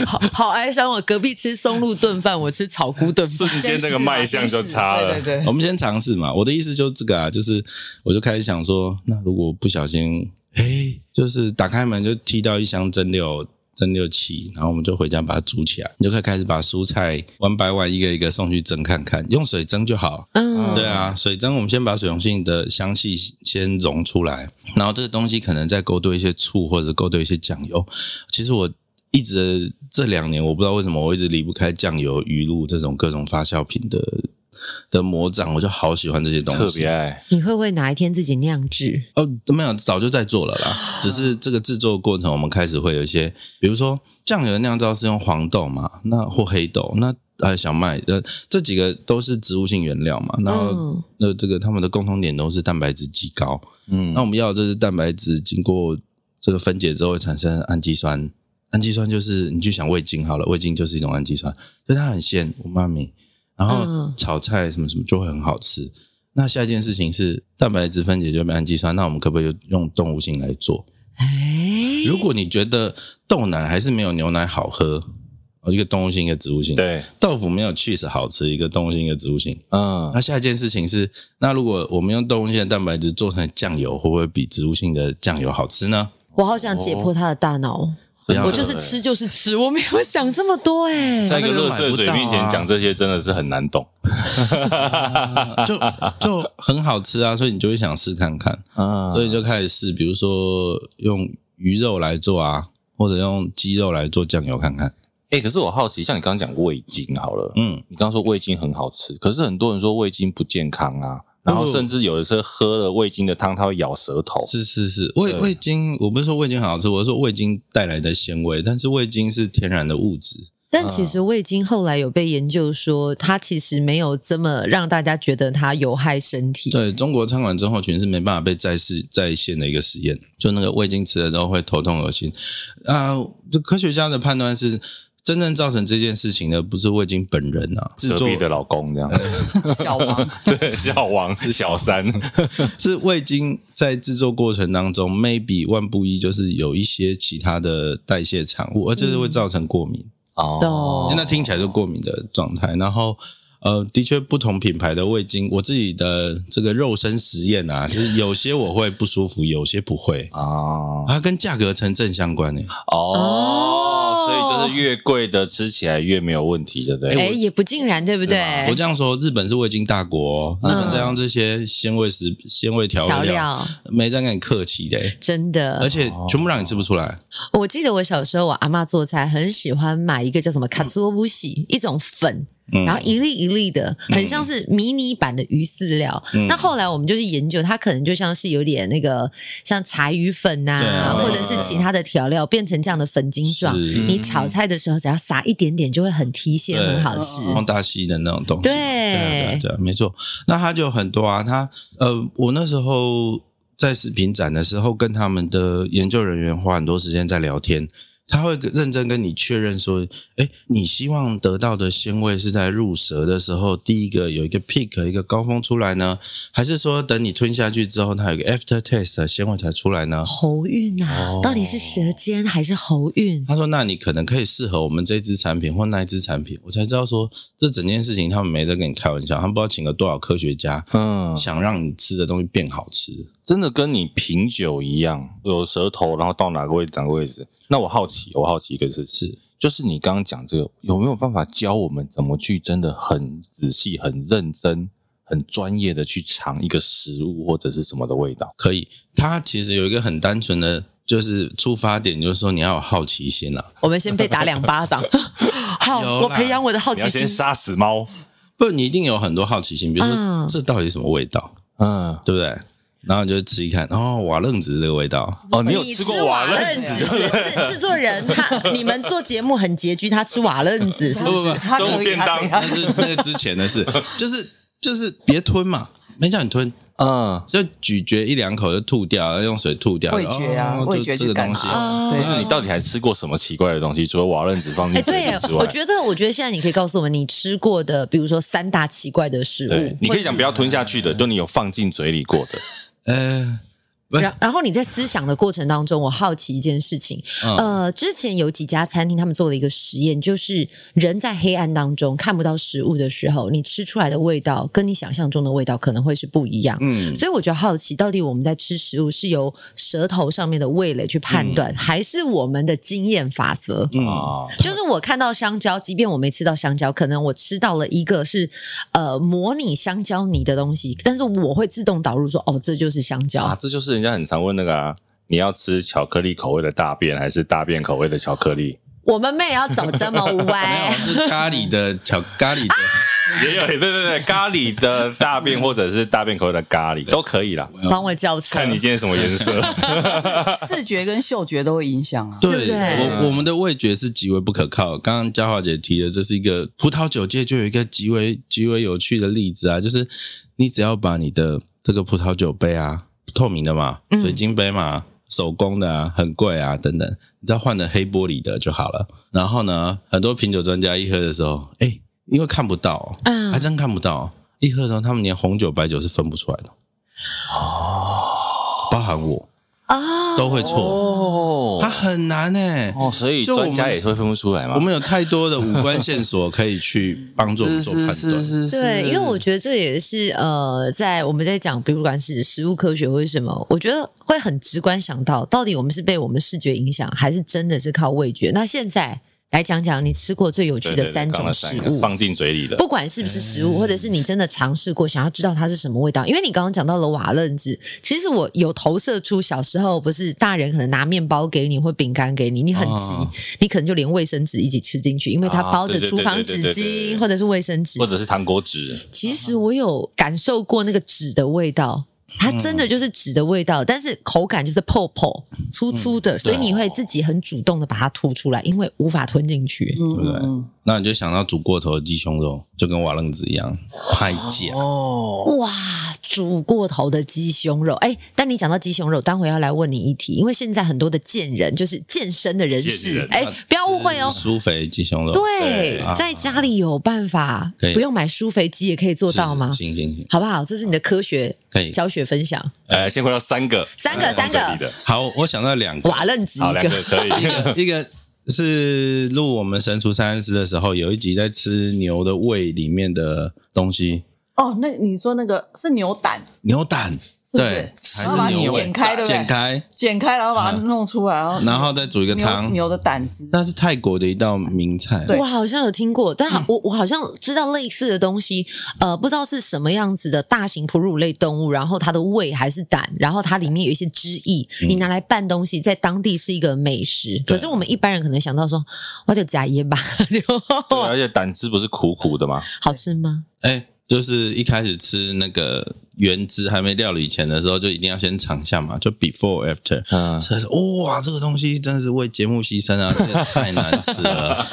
S3: 好好哀伤哦，隔壁吃松露炖饭，我吃草菇炖饭。
S7: 瞬间那个卖相就差了
S4: 对。对
S5: 我
S4: 对，
S5: 们先尝试嘛。我的意思就是这个啊，就是我就开始想说，那如果不小心，哎、就是打开门就踢到一箱蒸馏蒸馏器，然后我们就回家把它煮起来，你就可以开始把蔬菜完白完一个一个送去蒸看看，用水蒸就好。
S3: 嗯，
S5: 对啊，水蒸我们先把水溶性的香气先溶出来，然后这个东西可能再勾兑一些醋或者勾兑一些酱油。其实我一直这两年我不知道为什么我一直离不开酱油、鱼露这种各种发酵品的的魔掌，我就好喜欢这些东西。
S7: 特别爱，
S3: 你会不会哪一天自己酿制？
S5: 哦，都没有，早就在做了
S7: 啊
S5: 啦。只是这个制作过程，我们开始会有一些，比如说酱油的酿造是用黄豆嘛，那或黑豆，那呃小麦，呃这几个都是植物性原料嘛。然后
S3: 嗯
S5: 那、这个它们的共同点都是蛋白质极高。
S7: 嗯
S5: 那我们要的这是蛋白质经过这个分解之后会产生氨基酸，氨基酸就是你去想味精好了，味精就是一种氨基酸，所以它很鲜，我妈咪。然后
S3: 嗯
S5: 炒菜什么什么就会很好吃。那下一件事情是蛋白质分解就变氨基酸，那我们可不可以用动物性来做？
S3: 哎，
S5: 如果你觉得豆奶还是没有牛奶好喝，哦一个动物性一个植物性，
S7: 对，
S5: 豆腐没有 cheese 好吃，一个动物性一个植物性，
S7: 嗯
S5: 那，下一件事情是，那如果我们用动物性的蛋白质做成酱油，会不会比植物性的酱油好吃呢？
S3: 我好想解剖他的大脑哦，
S5: 不要
S3: 我就是吃就是吃，我没有想这么多哎。
S7: 在一个
S5: 那个
S7: 热
S5: 买
S7: 色
S5: 不
S7: 水
S5: 到
S7: 面前
S5: 啊
S7: 讲这些真的是很难懂。
S5: 就就很好吃啊，所以你就会想试看看，
S7: 啊
S5: 所以你就开始试，比如说用鱼肉来做啊，或者用鸡肉来做酱油看看。
S7: 哎，可是我好奇，像你刚刚讲味精好了，
S5: 嗯，
S7: 你刚刚说味精很好吃，可是很多人说味精不健康啊，然后
S5: 不
S7: 甚至有的时候喝了味精的汤，他会咬舌头。
S5: 是是是，味
S7: 哦对
S5: 味精，我不是说味精很好吃，我是说味精带来的鲜味，但是味精是天然的物质，
S3: 但
S5: 嗯
S3: 其实味精后来有被研究说，它其实没有这么让大家觉得它有害身体。
S5: 对中国餐馆症候群是没办法被再试再现的一个实验，就那个味精吃了之后会头痛恶心啊。就科学家的判断是，真正造成这件事情的不是味精本人啊，制
S7: 隔
S5: 作
S7: 壁的老公这样，
S4: 小王
S7: 对，小王是小三，
S5: 是味精在制作过程当中，maybe 万不一就是有一些其他的代谢产物，而这就会造成过敏。
S7: 哦
S3: 懂
S5: 那听起来就过敏的状态。然后，呃，的确不同品牌的味精，我自己的这个肉身实验啊，就是有些我会不舒服，有些不会。
S7: 啊
S5: 哦它跟价格成正相关呢、欸
S7: 哦
S3: 哦，
S7: 所以就是越贵的吃起来越没有问题，对不
S3: 哎，
S7: 对？
S3: 也不尽然，对不对？嗯
S5: 我这样说，日本是味精大国、哦，日本在用这些鲜味食、鲜味调
S3: 调
S5: 料，
S3: 料呃
S5: 没在跟你客气的、欸
S3: 真的
S5: 而，且全部让你吃不出来。
S3: 我记得我小时候，我阿嬷做菜很喜欢买一个叫什么卡佐布喜一种粉，
S5: 嗯
S3: 然后一粒一粒的，很像是迷你版的鱼饲料。
S5: 嗯
S3: 那后来我们就去研究，它可能就像是有点那个像柴鱼粉呐、
S5: 对啊
S3: 或者是其他的调料变成这样的粉晶状。
S7: 嗯
S5: 是
S3: 你炒菜的时候只要撒一点点，就会很提鲜，
S5: 对
S3: 很好吃。
S5: 嗯放大西的那种东西。
S3: 对
S5: 对啊对啊对啊，没错。那它就很多啊，它呃，我那时候在食品展的时候，跟他们的研究人员花很多时间在聊天。他会认真跟你确认说，哎，你希望得到的鲜味是在入舌的时候，第一个有一个 peak 一个高峰出来呢，还是说等你吞下去之后，它有一个 after taste 的鲜味才出来呢？
S3: 喉韵啊，
S7: 哦
S3: 到底是舌尖还是喉韵？
S5: 他说：“那你可能可以适合我们这支产品或那一支产品。”我才知道说，这整件事情他们没在跟你开玩笑，他们不知道请了多少科学家，
S7: 嗯，
S5: 想让你吃的东西变好吃。
S7: 真的跟你品酒一样，有舌头，然后到哪个位置哪个位置。那我好奇，我好奇一个事情，
S5: 是
S7: 就是你刚刚讲这个，有没有办法教我们怎么去真的很仔细、很认真、很专业的去尝一个食物或者是什么的味道？
S5: 可以，它其实有一个很单纯的，就是出发点，就是说你要有好奇心啊。
S3: 我们先被打两巴 掌。好，
S5: 有啦
S3: 我培养我的好
S7: 你
S3: 奇
S7: 要
S3: 心
S7: 先。杀死猫，
S5: 不，你一定有很多好奇心，比如
S3: 嗯
S5: 说这到底什么味道，
S3: 哦
S7: 嗯，
S5: 对不对？然后你就吃一看，哦，瓦楞子这个 味道，
S7: 哦，你有
S3: 你
S7: 吃
S3: 吃
S7: 过瓦楞
S3: 楞子？ 制制作人他你们做节目很拮据，他吃瓦楞 子是不是？
S4: 他
S7: 中午
S4: 可以
S7: 便
S4: 他
S7: 当
S4: 可以
S5: 那是那个之前的事，就是就是别吞嘛，没叫你吞，
S7: 嗯，
S5: 就咀嚼一两口就吐掉，要用水吐掉，
S4: 味觉啊
S5: 哦
S4: 味
S5: 就
S4: 觉
S5: 这
S4: 去
S5: 个
S4: 感
S5: 东西
S4: 知，
S3: 哦
S4: 对
S7: 就是你到底还吃过什么奇怪的东西？除了瓦楞子放
S3: 哎，
S7: 进嘴
S3: 对
S7: 里
S3: 耶，
S7: 之外
S3: 我，觉得，我觉得现在你可以告诉我们你吃过的，比如说三大奇怪的食
S7: 对
S3: 物，，
S7: 你可以
S3: 或
S7: 讲
S3: 是
S7: 不要吞下
S3: 嗯
S7: 去的，就你有放进嘴里过的。
S5: 呃，不是
S3: 然然后你在思想的过程当中，我好奇一件事情，
S5: 嗯
S3: 呃，之前有几家餐厅他们做了一个实验，就是人在黑暗当中看不到食物的时候，你吃出来的味道跟你想象中的味道可能会是不一样。
S5: 嗯，
S3: 所以我就好奇，到底我们在吃食物是由舌头上面的味蕾去判断，还是我们的经验法则？
S5: 嗯
S7: 啊，
S3: 就是我看到香蕉，即便我没吃到香蕉，可能我吃到了一个是呃模拟香蕉泥的东西，但是我会自动导入说，哦，这就是香蕉。
S7: 啊，这就是人家很常问那个啊，你要吃巧克力口味的大便，还是大便口味的巧克力？
S3: 我们妹要走这 么
S5: 没有
S4: 哎
S3: 歪，
S5: 是咖喱的巧咖喱的，
S7: 也有，对对对，咖喱的大便或者是大便口味的咖喱都可以啦，
S3: 帮我叫车。
S7: 看你今天什么颜 色。
S4: 视觉跟嗅觉都会影响啊。
S3: 对不
S5: 对
S3: 对
S5: 我我们的味觉是极为不可靠。刚刚嘉华姐提的，这是一个葡萄酒界就有一个极为极为有趣的例子啊，就是你只要把你的这个葡萄酒杯啊，透明的嘛，
S3: 嗯
S5: 水晶杯嘛，手工的啊，很贵啊，等等，你只要换成黑玻璃的就好了。然后呢，很多品酒专家一喝的时候，哎，因为看不到哦，
S3: 嗯
S5: 还真看不到哦，一喝的时候，他们连红酒白酒是分不出来的，哦，包含我
S3: 啊，
S5: 都会错，
S7: 哦
S5: 它很难哎、
S7: 哦，所以
S5: 就我们
S7: 专家也是会分不出来吗？
S5: 我们有太多的五官线索可以去帮助我们做判断。
S7: 是
S3: 对，因为我觉得这也是呃，在我们在讲，比如不管是食物科学或是什么，我觉得会很直观想到，到底我们是被我们视觉影响，还是真的是靠味觉？那现在来讲讲你吃过最有趣
S7: 对
S3: 的
S7: 对
S3: 三
S7: 刚
S3: 种
S7: 刚
S3: 食
S7: 三个
S3: 物。
S7: 放进嘴里的，
S3: 不管是不是食物，或者是你真的尝试过，想要知道它是什么味道，因为你刚刚讲到了瓦楞子，其实我有投射出小时候不是大人可能拿面包给你或饼干给你，你很急，
S5: 哦
S3: 你可能就连卫生纸一起吃进去，因为它
S7: 啊
S3: 包着
S7: 对对
S3: 厨
S7: 对
S3: 房
S7: 对对
S3: 纸
S7: 对对
S3: 巾
S7: 对
S3: 或者是卫生纸，
S7: 或者啊是糖果纸，
S3: 其实我有感受过那个纸的味道，它真
S7: 嗯
S3: 的就是纸的味道，但是口感就是泡泡粗粗的，所以你会自己很主动的把它吐出来，因为无法吞进去。
S4: 嗯
S5: 对不对
S4: 嗯
S5: 那你就想到煮过头的鸡胸肉，就跟瓦楞子一样，拍假。
S3: 哇，煮过头的鸡胸肉，哎，但你讲到鸡胸肉，待会要来问你一题，因为现在很多的健人就是健身的人
S7: 健
S3: 士
S7: 人，
S3: 哎，不要误会哦。
S5: 苏肥鸡胸肉，
S3: 对
S7: 对，
S3: 在家里有办法
S5: 啊可，以
S3: 不用买舒肥鸡也可以做
S5: 是，
S3: 到吗？
S5: 行行行，
S3: 好不好？这是你的科学
S5: 可以。
S3: 教学分享。
S7: 呃，先回到三个，呃
S3: 三个
S7: 放
S3: 三个
S7: 嘴里的，
S5: 好，我想到两个，
S3: 瓦楞纸
S7: 好，
S3: 一个，
S7: 两个可
S5: 一个
S7: 以。
S5: 一个是录我们神厨三三师的时候，有一集在吃牛的胃里面的东西，
S4: 哦，那你说那个是牛胆，
S5: 牛胆，
S4: 是不
S5: 对
S4: 是，？
S5: 还
S4: 然后把
S5: 是
S4: 它
S5: 牛
S4: 剪
S5: 胃，
S4: 开，对不对？
S5: 剪开，嗯
S4: 剪开，然后把它弄出来，然后
S5: 然后再煮一个
S4: 牛
S5: 汤。
S4: 牛的胆汁。
S5: 那是泰国的一道名菜，
S4: 对
S3: 我好像有听过，但好，我我好像知道类似的东西，呃，不知道是什么样子的大型哺乳类动物，然后它的胃还是胆，然后它里面有一些汁液，你拿来拌东西，在当地是一个美食。可是我们一般人可能想到说，我就加椰吧，
S7: 对，而且胆汁不是苦苦的吗？
S3: 好吃吗？
S5: 哎、就是一开始吃那个原汁还没料理前的时候，就一定要先尝一下嘛，就 before after。
S7: 嗯，
S5: 吃的时候哇，这个东西真的是为节目牺牲啊，这个太难吃 了。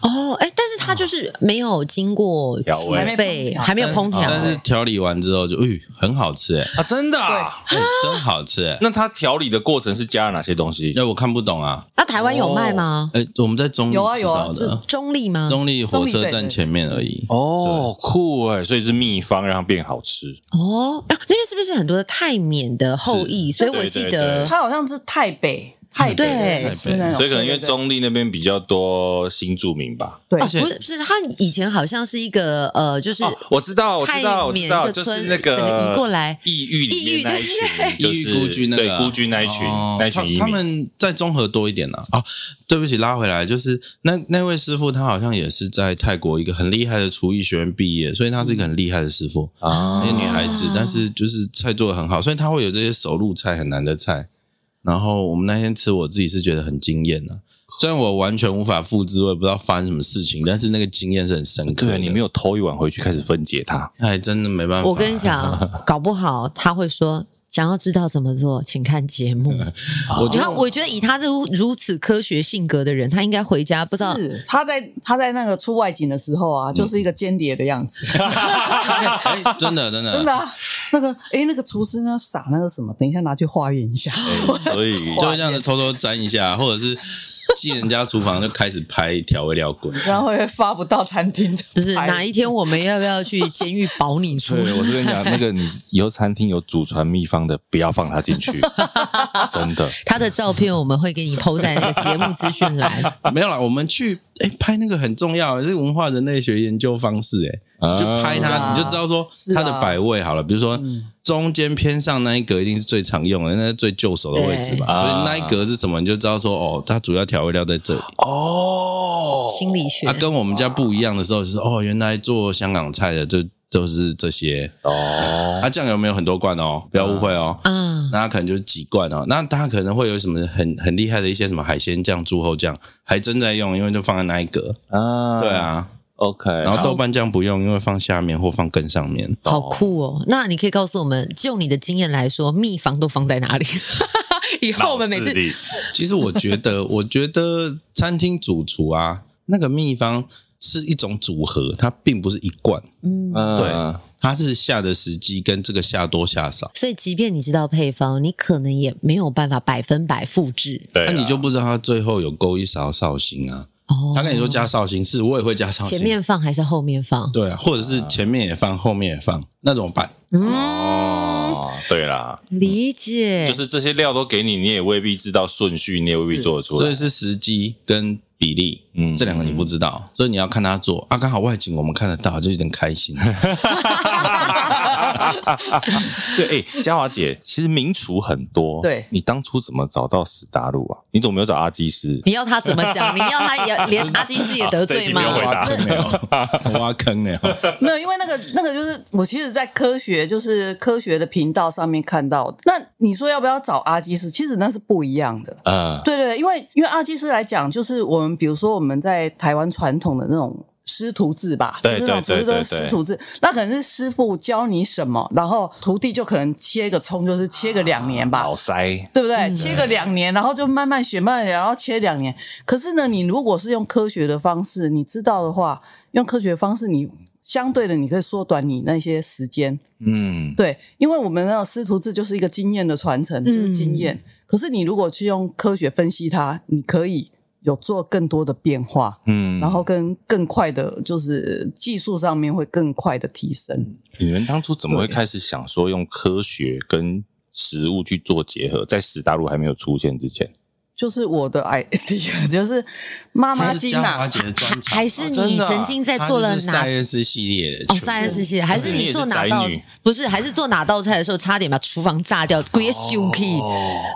S3: 哦，哎，但是它就是没有经过
S7: 调味
S3: 煮沸，还没有烹调，
S5: 但是调理完之后就，哎，很好吃 哎、
S7: 啊，真的啊。
S5: 哎真好吃哎、
S7: 那它调理的过程是加了哪些东西？
S5: 那我看不懂啊，
S3: 那台湾有卖吗？
S5: 哎、我们在中立
S4: 有啊
S5: 吃
S4: 有啊
S5: 到的，
S3: 嗯中立吗？
S5: 中立火
S4: 中立
S5: 车
S4: 对
S5: 站
S4: 对
S5: 前面而已。
S7: 哦，酷哎，所以是秘方让它变好吃。
S3: 哦，啊那边是不是很多的泰缅的后裔？所以我
S7: 对
S3: 记
S7: 对
S3: 得
S7: 对
S4: 它好像是太北，太北
S3: 哎对
S4: 的吃那种，
S7: 所以可能因为
S4: 对对对
S7: 中立那边比较多新住民吧。
S4: 对
S3: 哦，
S5: 且
S3: 不是，是他以前好像是一个呃，就是
S7: 哦，我知道，我
S3: 泰
S7: 知道，我
S3: 缅
S7: 知
S3: 一
S7: 道，
S3: 个
S7: 就是
S3: 村
S7: 那
S3: 整个移过来，
S7: 异域里面那一群，
S5: 异
S7: 就
S5: 域
S7: 是
S5: 孤军那个啊、
S7: 对孤军那一群
S5: 哦
S7: 那一群移
S5: 他，他
S7: 民。
S5: 们在综合多一点呢、啊。对不起，拉回来，就是那
S7: 嗯
S5: 那位师傅，他好像也是在泰国一个很厉害的厨艺学院毕业，所以他是一个很厉害的师傅，
S7: 啊
S5: 那个女孩子，但是就是菜做的很好，所以他会有这些手路菜很难的菜。然后我们那天吃，我自己是觉得很惊艳的、啊虽然我完全无法复制，我也不知道发生什么事情，但是那个经验是很深刻
S7: 对
S5: 的。
S7: 啊，你没有偷一碗回去开始分解它，
S5: 哎，真的没办法。
S3: 我跟你， 讲，搞不好他会说。想要知道怎么做，请看节 目。
S5: 我觉
S3: 然
S5: 得
S3: 后我觉得以他这如此科学性格的人，他应该回家不知道
S4: 是他在他在那个出外景的时候啊，
S5: 嗯
S4: 就是一个间谍的样 子，
S5: 哎真的真的
S4: 真的、啊。那个哎，那个厨师呢撒那个什么，等一下拿去化验一下。
S7: 所以
S5: 就会这样子偷偷沾一下，或 者是进人家厨房就开始拍调味料滚。
S4: 然后会发不到餐厅的，
S3: 就是哪一天我们要不要去监狱保你出
S7: 所以
S3: 来？
S7: 我是跟你讲，那个你以后餐厅有祖传秘方的，不要放它 进去，真的。
S3: 他的照片我们会给你 PO 在那个节目资讯
S7: 哦
S3: 栏。
S5: 没有啦，我们去哎、拍那个很重要，是文化人类学研究方式哎、
S7: 嗯
S5: 就拍
S4: 是
S5: 它，
S4: 啊
S5: 你就知道说
S4: 是啊
S5: 它的摆位好了。比如说
S4: 嗯
S5: 中间偏上那一格一定是最常用的，那是最就手的位置嘛，
S7: 对
S5: 所以那一格是什么你就知道说哦，它主要调味料在这里。
S7: 哦，
S3: 心理学
S5: 它、，跟我们家不一样的时候是哦，原来做香港菜的就都是这些
S7: 哦
S5: 啊，酱油没有很多罐哦，不要误会哦。
S3: 啊，
S5: 那它可能就是几罐哦，那它可能会有什么很很厉害的一些什么海鲜酱、猪后酱，还真在用，因为就放在那一格。
S7: 啊
S5: 对啊，
S7: ，OK，
S5: 然后豆瓣酱不用，因为放下面或放更上面。
S3: 好酷哦！那你可以告诉我们，就你的经验来说，秘方都放在哪里？ 以后我们每次
S5: 其实我觉得，我觉得餐厅主厨啊，那个秘方是一种组合，它并不是一罐，
S3: 嗯，
S7: 对
S5: 对，它是下的时机跟这个下多下少，
S3: 所以即便你知道配方，你可能也没有办法百分百复制
S7: 啊
S5: 那、你就不知道它最后有勾一勺绍兴啊。
S3: 哦。
S5: 他跟你说加绍兴，是我也会加绍兴，
S3: 前面放还是后面放？
S5: 对啊，或者是前面也放，后面也放，那怎么办？
S3: 嗯，
S7: 哦，对啦，
S3: 理解，
S7: 就是这些料都给你，你也未必知道顺序，你也未必做得出
S5: 所
S7: 来
S5: 以。是时机跟比例，
S7: 嗯
S5: 嗯，这两个你不知道，所以你要看他做啊。刚好外景我们看得到，就有点开 心。
S7: 对，哎，嘉华姐，其实名厨很多，
S4: 对
S7: 你当初怎么找到史达路啊？你怎么没有找阿基师？
S3: 你要他怎么讲？你要他也 连阿基师也得罪吗？
S7: 这一题没有回答
S5: 挖坑了， 挖坑了。
S4: 没有，因为那个那个就是我其实，在科学就是科学的频道上面看到的。那你说要不要找阿基斯？其实那是不一样的。
S7: 嗯，
S4: 对对，因为因为阿基斯来讲，就是我们比如说我们在台湾传统的那种师徒制吧，
S7: 对
S4: 就是那种厨
S7: 对
S4: 师都
S7: 对
S4: 是
S7: 对对
S4: 师徒制，那可能是师傅教你什么，然后徒弟就可能切个葱，就是切个两年吧
S7: 老。塞，
S4: 对不对？切个两年，然后就慢慢学，慢慢学然后切两年。可是呢，你如果是用科学的方式，你知道的话，用科学方式，你相对的你可以缩短你那些时间。
S7: 嗯，
S4: 对，因为我们那种师徒制就是一个经验的传承，就是经验。可是你如果去用科学分析它，你可以有做更多的变化，
S7: 嗯，
S4: 然后跟更快的，就是技术上面会更快的提升。
S7: 你们当初怎么会开始想说用科学跟食物去做结合？在史大陆还没有出现之前，
S4: 就是我的 idea，就是 妈妈
S5: 这是
S4: 经
S5: 嘉华
S4: 啊，
S5: 姐的专场，
S3: 还是
S7: 哦
S3: 你
S7: 真的啊
S3: 曾经在做了哪
S5: 赛恩斯系列的
S3: 哦，三
S5: 全
S3: 人
S5: 部
S3: 世系还是
S7: 你也
S3: 你
S7: 是
S3: 做哪
S7: 宅
S3: 道
S7: 女
S3: 不是，还是做哪道菜的时候差点把厨房炸掉，鬼
S7: 哦
S3: 凶 key，或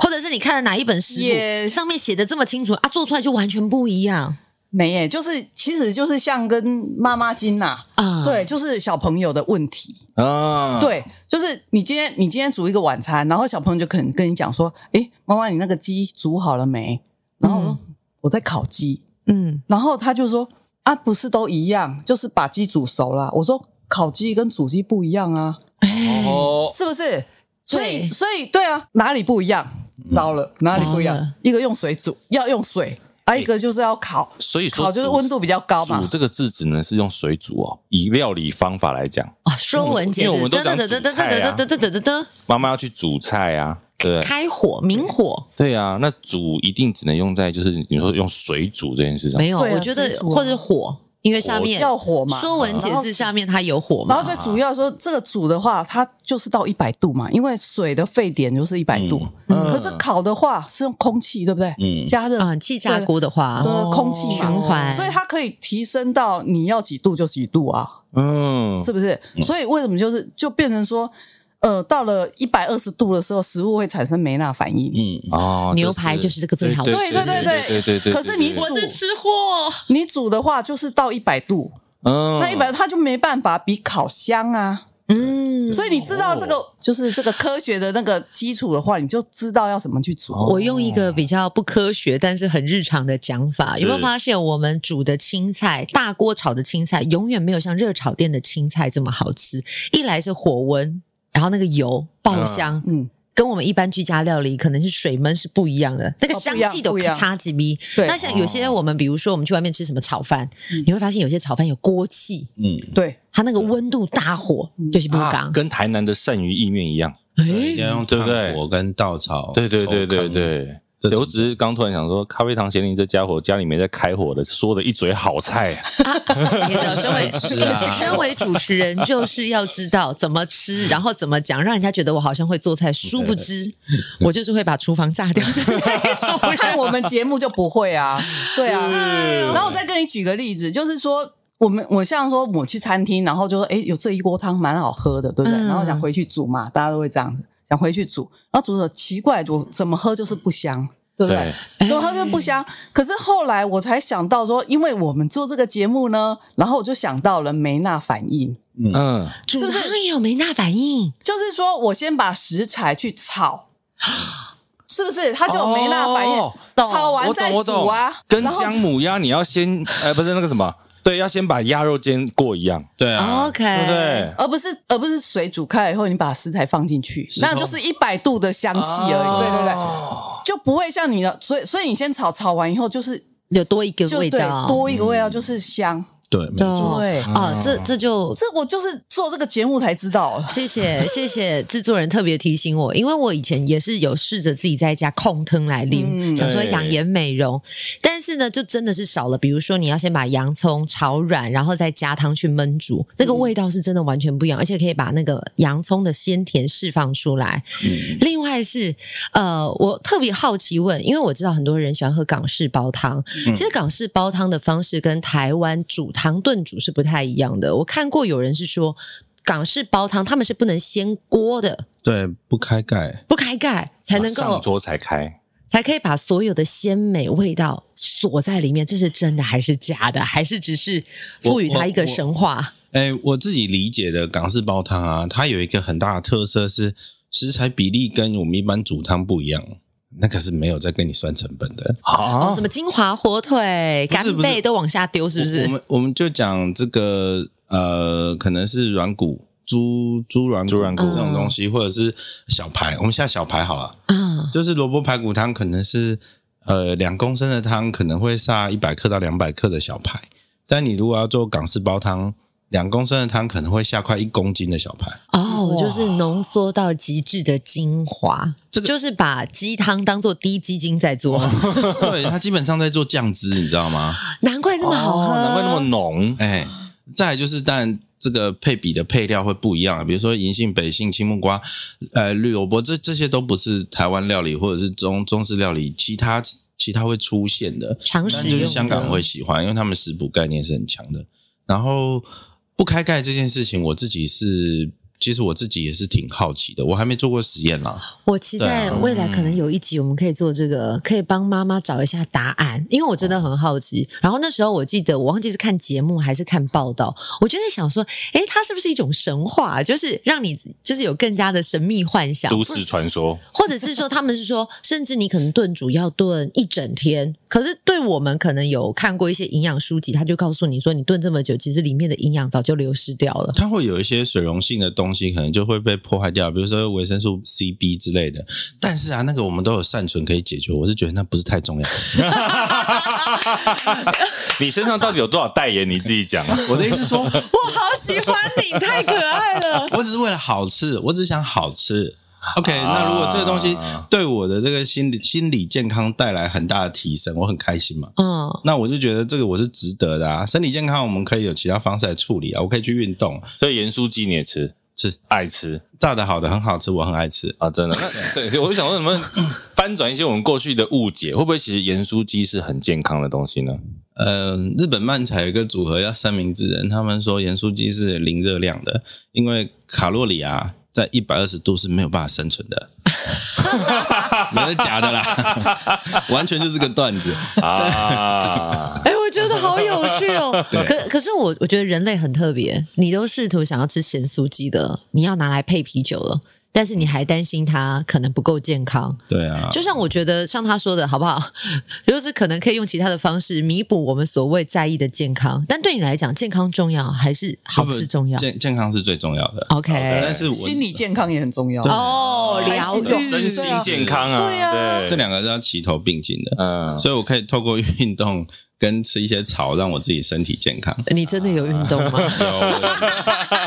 S5: 哦
S3: 者是你看了哪一本食谱，
S4: 也
S3: 上面写的这么清楚啊，做出来就完全不一样
S4: 没耶，就是其实就是像跟妈妈经啊，
S3: 啊，
S4: 对，就是小朋友的问题。
S7: 啊，，
S4: 对，就是你今天你今天煮一个晚餐，然后小朋友就可能跟你讲说：“诶，妈妈，你那个鸡煮好了没？”然后我说、我在烤鸡，
S3: 嗯，
S4: 然后他就说：“啊，不是都一样，就是把鸡煮熟了。”我说：“烤鸡跟煮鸡不一样啊，
S3: 嗯
S7: 哦，
S4: 是不是？”所以
S3: 对
S4: 所以对啊，哪里不一样？糟了，哪里不一
S3: 糟了
S4: 样？一个用水煮，要用水；，啊，一个就是要烤，
S7: 所以说
S4: 烤就是
S7: 煮
S4: 温度比较高嘛
S7: 煮。这个字只能是用水煮哦。以料理方法来讲，
S3: 啊，说文解
S7: 因
S3: 字，
S7: 为我们都讲煮菜啊
S3: 噔噔噔噔噔噔
S7: 妈妈要去煮菜啊，对
S3: 噔，开火明火
S7: 对啊，那煮一定只能用在就是你说用水煮这件事上。
S3: 没有，
S4: 对啊
S3: 我觉得
S4: 水煮啊
S3: 或者火，因为下面
S4: 要火嘛
S3: 说文解
S4: 然后
S3: 字下面它有火
S4: 然
S3: 嘛，
S4: 后最主要说，这个煮的话，它就是到一百度嘛，因为水的沸点就是一百度。
S7: 嗯
S4: 可是烤的话是用空气，对不对？
S5: 嗯
S4: 加热
S3: 啊，气炸锅的话
S4: 对，对空气
S3: 循
S4: 嘛
S3: 环，
S4: 所以它可以提升到你要几度就几度啊，
S7: 嗯，
S4: 是不是？所以为什么就是就变成说，呃，到了一百二十度的时候，食物会产生梅纳反应。
S5: 嗯，
S7: 哦，
S3: 牛排就是这个最好吃
S7: 对对对对对对。
S4: 可是你
S7: 对
S4: 我是
S3: 吃货。
S4: 你煮的话就是到一百度，
S7: 嗯
S4: 那一百它就没办法比烤箱啊。
S3: 嗯，
S4: 所以你知道这个就是这个科学的那个基础的话，你就知道要怎么去煮。
S3: 我用一个比较不科学但是很日常的讲法，
S5: 是
S3: 有没有发现我们煮的青菜，大锅炒的青菜永远没有像热炒店的青菜这么好吃？一来是火温，然后那个油爆香，
S4: 嗯，
S3: 跟我们一般居家料理可能是水焖是不一样的，那个
S4: 哦
S3: 香
S4: 不一样
S3: 气都
S4: 不一
S3: 咔
S4: 样
S3: 嚓几逼。
S4: 对
S3: 那像有些我们，比如说我们去外面吃什么炒饭，
S4: 哦嗯
S3: 你会发现有些炒饭有锅气，
S5: 嗯，
S4: 对，
S3: 它那个温度大火
S4: 嗯
S3: 就是不
S7: 啊
S3: 刚，
S7: 跟台南的鳝鱼意面一样。
S5: 一定
S3: 哎，
S5: 要用
S7: 嗯对
S5: 炭
S7: 不对
S5: 火跟稻草，
S7: 对对
S5: 抽
S7: 对对
S5: 糠，
S7: 对。
S5: 这
S7: 对
S5: 种
S7: 我只是刚突然想说，咖啡糖咸林这家伙家里没在开火的，说的一嘴好菜，
S3: 你知道，身为
S5: 是啊
S3: 身为主持人，就是要知道怎么吃，然后怎么讲，让人家觉得我好像会做菜。殊不知， 我就是会把厨房炸掉的那一种人。
S4: 看我们节目就不会啊， 对啊。
S7: 嗯
S4: 然后我再跟你举个例子，就是说。我们我像说我去餐厅，然后就说，哎，有这一锅汤蛮好喝的，对不对？
S3: 嗯
S4: 然后想回去煮嘛，大家都会这样子，想回去煮，然后煮的奇怪，我怎么喝就是不香，对不对？
S7: 对，
S4: 怎么喝就不香。可是后来我才想到说，因为我们做这个节目呢，然后我就想到了梅纳反应，
S7: 嗯，
S3: 煮汤也有梅纳反应，
S4: 就是说我先把食材去 炒，是不是？它就有梅纳反应，
S7: 哦
S4: 炒完
S7: 我
S4: 再
S7: 懂我
S4: 煮
S7: 懂
S4: 啊，
S7: 跟
S4: 然后
S7: 姜母鸭你要先，呃，不是那个什么，对，要先把鸭肉煎过一样，
S5: 对啊，
S3: OK，
S4: 哎
S7: 对不对？
S4: 而不是而不是水煮开了以后，你把食材放进去，
S5: 是哦
S4: 那就是一百度的香气而已。
S3: 啊
S4: 对对对，
S7: 哦
S4: 就不会像你的，所以所以你先炒，炒完以后就是
S3: 有多一个
S4: 就
S3: 味
S4: 对
S3: 道，
S4: 多一个味道就是香。
S5: 对，没错
S3: 懂
S4: 对
S3: 哦，这这就
S4: 这我就是做这个节目才知道，
S3: 谢谢谢谢制作人特别提醒我，因为我以前也是有试着自己在家控汤来淋，
S4: 嗯
S3: 想说
S7: 对
S3: 养颜美容，但是呢，就真的是少了。比如说，你要先把洋葱炒软，然后再加汤去焖煮，那个味道是真的完全不一样，而且可以把那个洋葱的鲜甜释放出来。
S5: 嗯
S3: 另外是，呃，我特别好奇问，因为我知道很多人喜欢喝港式煲汤，
S5: 嗯
S3: 其实港式煲汤的方式跟台湾煮汤炖煮是不太一样的。我看过有人是说，港式煲汤他们是不能掀锅的，
S5: 对，不开盖，
S3: 不开盖才能
S7: 上
S3: 够
S7: 桌才开，
S3: 才可以把所有的鲜美味道锁在里面。这是真的还是假的？还是只是赋予
S5: 我我
S3: 它一个
S5: 我
S3: 神话？
S5: 哎、我自己理解的港式煲汤啊，它有一个很大的特色是食材比例跟我们一般煮汤不一样，那可是没有在跟你算成本的。
S3: 哦，
S7: 啊
S3: 什么金华火腿、
S5: 不是
S3: 干
S5: 不是
S3: 贝都往下丢，是不
S5: 我
S3: 是
S5: 我？们我们就讲这个呃，可能是软骨、猪猪软骨、
S7: 猪软骨
S5: 这种东
S3: 嗯
S5: 西，或者是小排。我们下小排好了，
S3: 啊，
S5: 就是萝卜排骨汤，可能是呃两公升的汤，可能会下一百克到两百克的小排。但你如果要做港式煲汤，两公升的汤可能会下快一公斤的小排。
S3: 哦，
S4: 哇
S3: 就是浓缩到极致的精华，
S5: 这个哦
S3: 就是把鸡汤当做低鸡精在做，
S5: 对，它基本上在做酱汁，你知道吗？
S3: 难怪这么好喝，
S7: 哦难怪那么浓，
S5: 哎、再来就是，当然这个配比的配料会不一样啊，比如说银杏、北杏、青木瓜、呃绿萝卜，这这些都不是台湾料理或者是中中式料理其他其他会出现的，
S3: 常
S5: 但
S3: 使
S5: 就
S3: 用
S5: 是
S3: 的。
S5: 香港会喜欢，因为他们食谱概念是很强的。然后不开盖这件事情，我自己是。其实我自己也是挺好奇的，我还没做过实验啦。
S3: 我期待
S5: 对啊
S3: 未来可能有一集我们可以做这个，可以帮妈妈找一下答案，因为我真的很好奇。然后那时候我记得我忘记是看节目还是看报道，我就在想说，诶，它是不是一种神话，就是让你就是有更加的神秘幻想，
S7: 都市传说，
S3: 或者是说他们是 说，甚至你可能炖煮要炖一整天，可是对我们可能有看过一些营养书籍，他就告诉你说，你炖这么久，其实里面的营养早就流失掉了。
S5: 它会有一些水溶性的东西，可能就会被破坏掉，比如说维生素 C、B 之类的。但是啊，那个我们都有善存可以解决，我是觉得那不是太重要。
S7: 你身上到底有多少代言？你自己讲啊，
S5: 我的意思是说，
S3: 我好喜欢你，太可爱了。
S5: 我只是为了好吃，我只想好吃。OK，、哎
S7: 啊
S5: 那如果这个东西对我的这个心理心理健康带来很大的提升，我很开心嘛。
S3: 嗯，
S5: 那我就觉得这个我是值得的啊。身体健康我们可以有其他方式来处理啊，我可以去运动，
S7: 所以盐酥鸡你也吃，
S5: 吃
S7: 爱吃
S5: 炸的好的很好吃，我很爱吃。
S7: 啊，真的。那对，所以我就想说，你们翻转一些我们过去的误解，会不会其实盐酥鸡是很健康的东西呢？
S5: 嗯，日本漫才有一个组合叫三明治人，他们说盐酥鸡是零热量的，因为卡路里啊在一百二十度是没有办法生存的。没有假 的啦，完全就是个段子。
S7: 啊，
S3: 哎，我觉得好有趣去哦。
S5: 对
S3: 可可是我我觉得人类很特别，你都试图想要吃咸酥鸡的，你要拿来配啤酒了，但是你还担心它可能不够健康。
S5: 对啊，
S3: 就像我觉得像他说的好不 好？就是可能可以用其他的方式弥补我们所谓在意的健康，但对你来讲，健康重要还是好
S5: 不不
S3: 吃重要？哦哎
S5: 健健康是最重要的。
S3: OK
S5: 但是我
S4: 心理健康也很重要。
S5: 对
S3: 哦，
S4: 开
S3: 疗
S4: 心就好
S3: 愈，
S6: 身心健康啊，
S4: 对啊
S5: 这两个是要齐头并进的，
S6: 嗯，
S5: 所以我可以透过运动跟吃一些草，让我自己身体健康。
S3: 你真的有运动吗？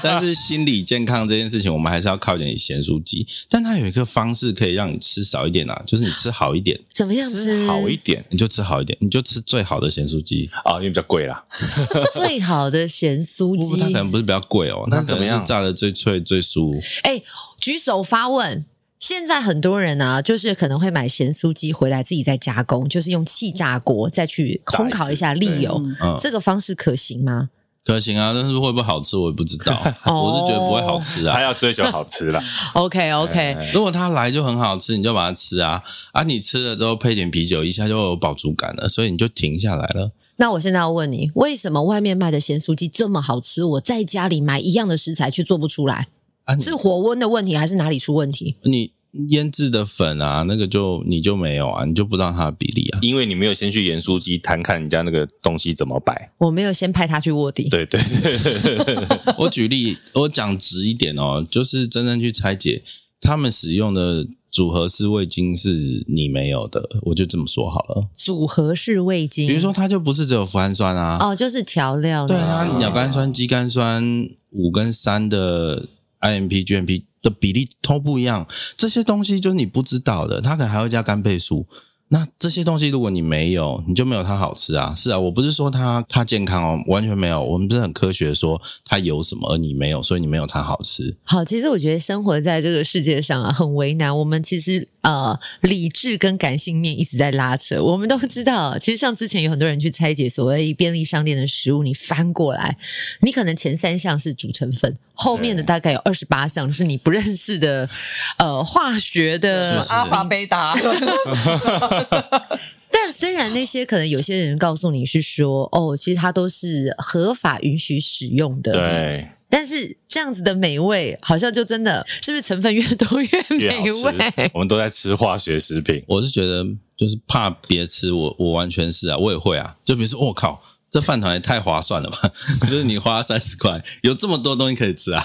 S5: 但是心理健康这件事情，我们还是要靠一点咸酥鸡。但它有一个方式可以让你吃少一点啊，就是你吃好一点，
S3: 怎么样吃
S6: 好一点
S5: 你就吃好一点，你就吃最好的咸酥鸡。
S6: 啊，因为比较贵啦。
S3: 最好的咸酥
S5: 不它可
S3: 鸡？
S5: 能不是比较贵哦，
S6: 那
S5: 它可能
S6: 怎么
S5: 是
S6: 样
S5: 炸的最脆最酥。
S3: 哎，举手发问。现在很多人啊，就是可能会买咸酥鸡回来自己再加工，就是用气炸锅再去烘烤一下沥油，
S4: 嗯
S5: 嗯，
S3: 这个方式可行吗？
S5: 可行啊，但是会不会好吃我也不知道，
S3: 哦
S5: 啊我是觉得不会好吃啊
S6: 他。要追求好吃啦。
S3: OK OK，
S6: 哎
S5: 如果它来就很好吃，你就把它吃啊啊！你吃了之后配点啤酒，一下就有饱足感了，所以你就停下来了。
S3: 那我现在要问你，为什么外面卖的咸酥鸡这么好吃，我在家里买一样的食材却做不出来？
S5: 啊，你
S3: 是火温的问题，还是哪里出问题？
S5: 你腌制的粉啊，那个就你就没有啊，你就不知道它的比例啊。
S6: 因为你没有先去盐酥鸡摊看人家那个东西怎么摆，
S3: 我没有先派他去卧底。
S6: 对对对，
S5: 我举例，我讲直一点哦，就是真正去拆解他们使用的组合式味精是你没有的，我就这么说好了。
S3: 组合式味精，
S5: 比如说，它就不是只有脯氨酸啊，
S3: 哦，就是调料
S5: 对
S3: 那
S5: 啊
S3: 些，
S5: 鸟苷酸、肌苷酸五跟三的 IMP、GMP 的比例都不一样，这些东西就是你不知道的，它可能还会加干贝素。那这些东西如果你没有，你就没有它好吃啊。是啊，我不是说它它健康哦，完全没有。我们不是很科学地说它有什么，而你没有，所以你没有它好吃。
S3: 好，其实我觉得生活在这个世界上啊，很为难。我们其实呃，理智跟感性面一直在拉扯。我们都知道，啊其实像之前有很多人去拆解所谓便利商店的食物，你翻过来，你可能前三项是主成分，后面的大概有二十八项是你不认识的，呃，化学
S5: 是
S3: 的
S5: 不是
S4: 嗯阿法贝 达，
S3: 但虽然那些可能有些人告诉你是说，哦，其实它都是合法允许使用的，。
S6: 对，
S3: 但是这样子的美味，好像就真的是不是成分越多越
S6: 越好
S3: 美
S6: 吃
S3: 味。？
S6: 我们都在吃化学食品，
S5: 我是觉得就是怕别吃我，我完全是啊，我也会啊。就比如说，我、靠，这饭团也太划算了吧！ 就是你花三十块，有这么多东西可以吃啊。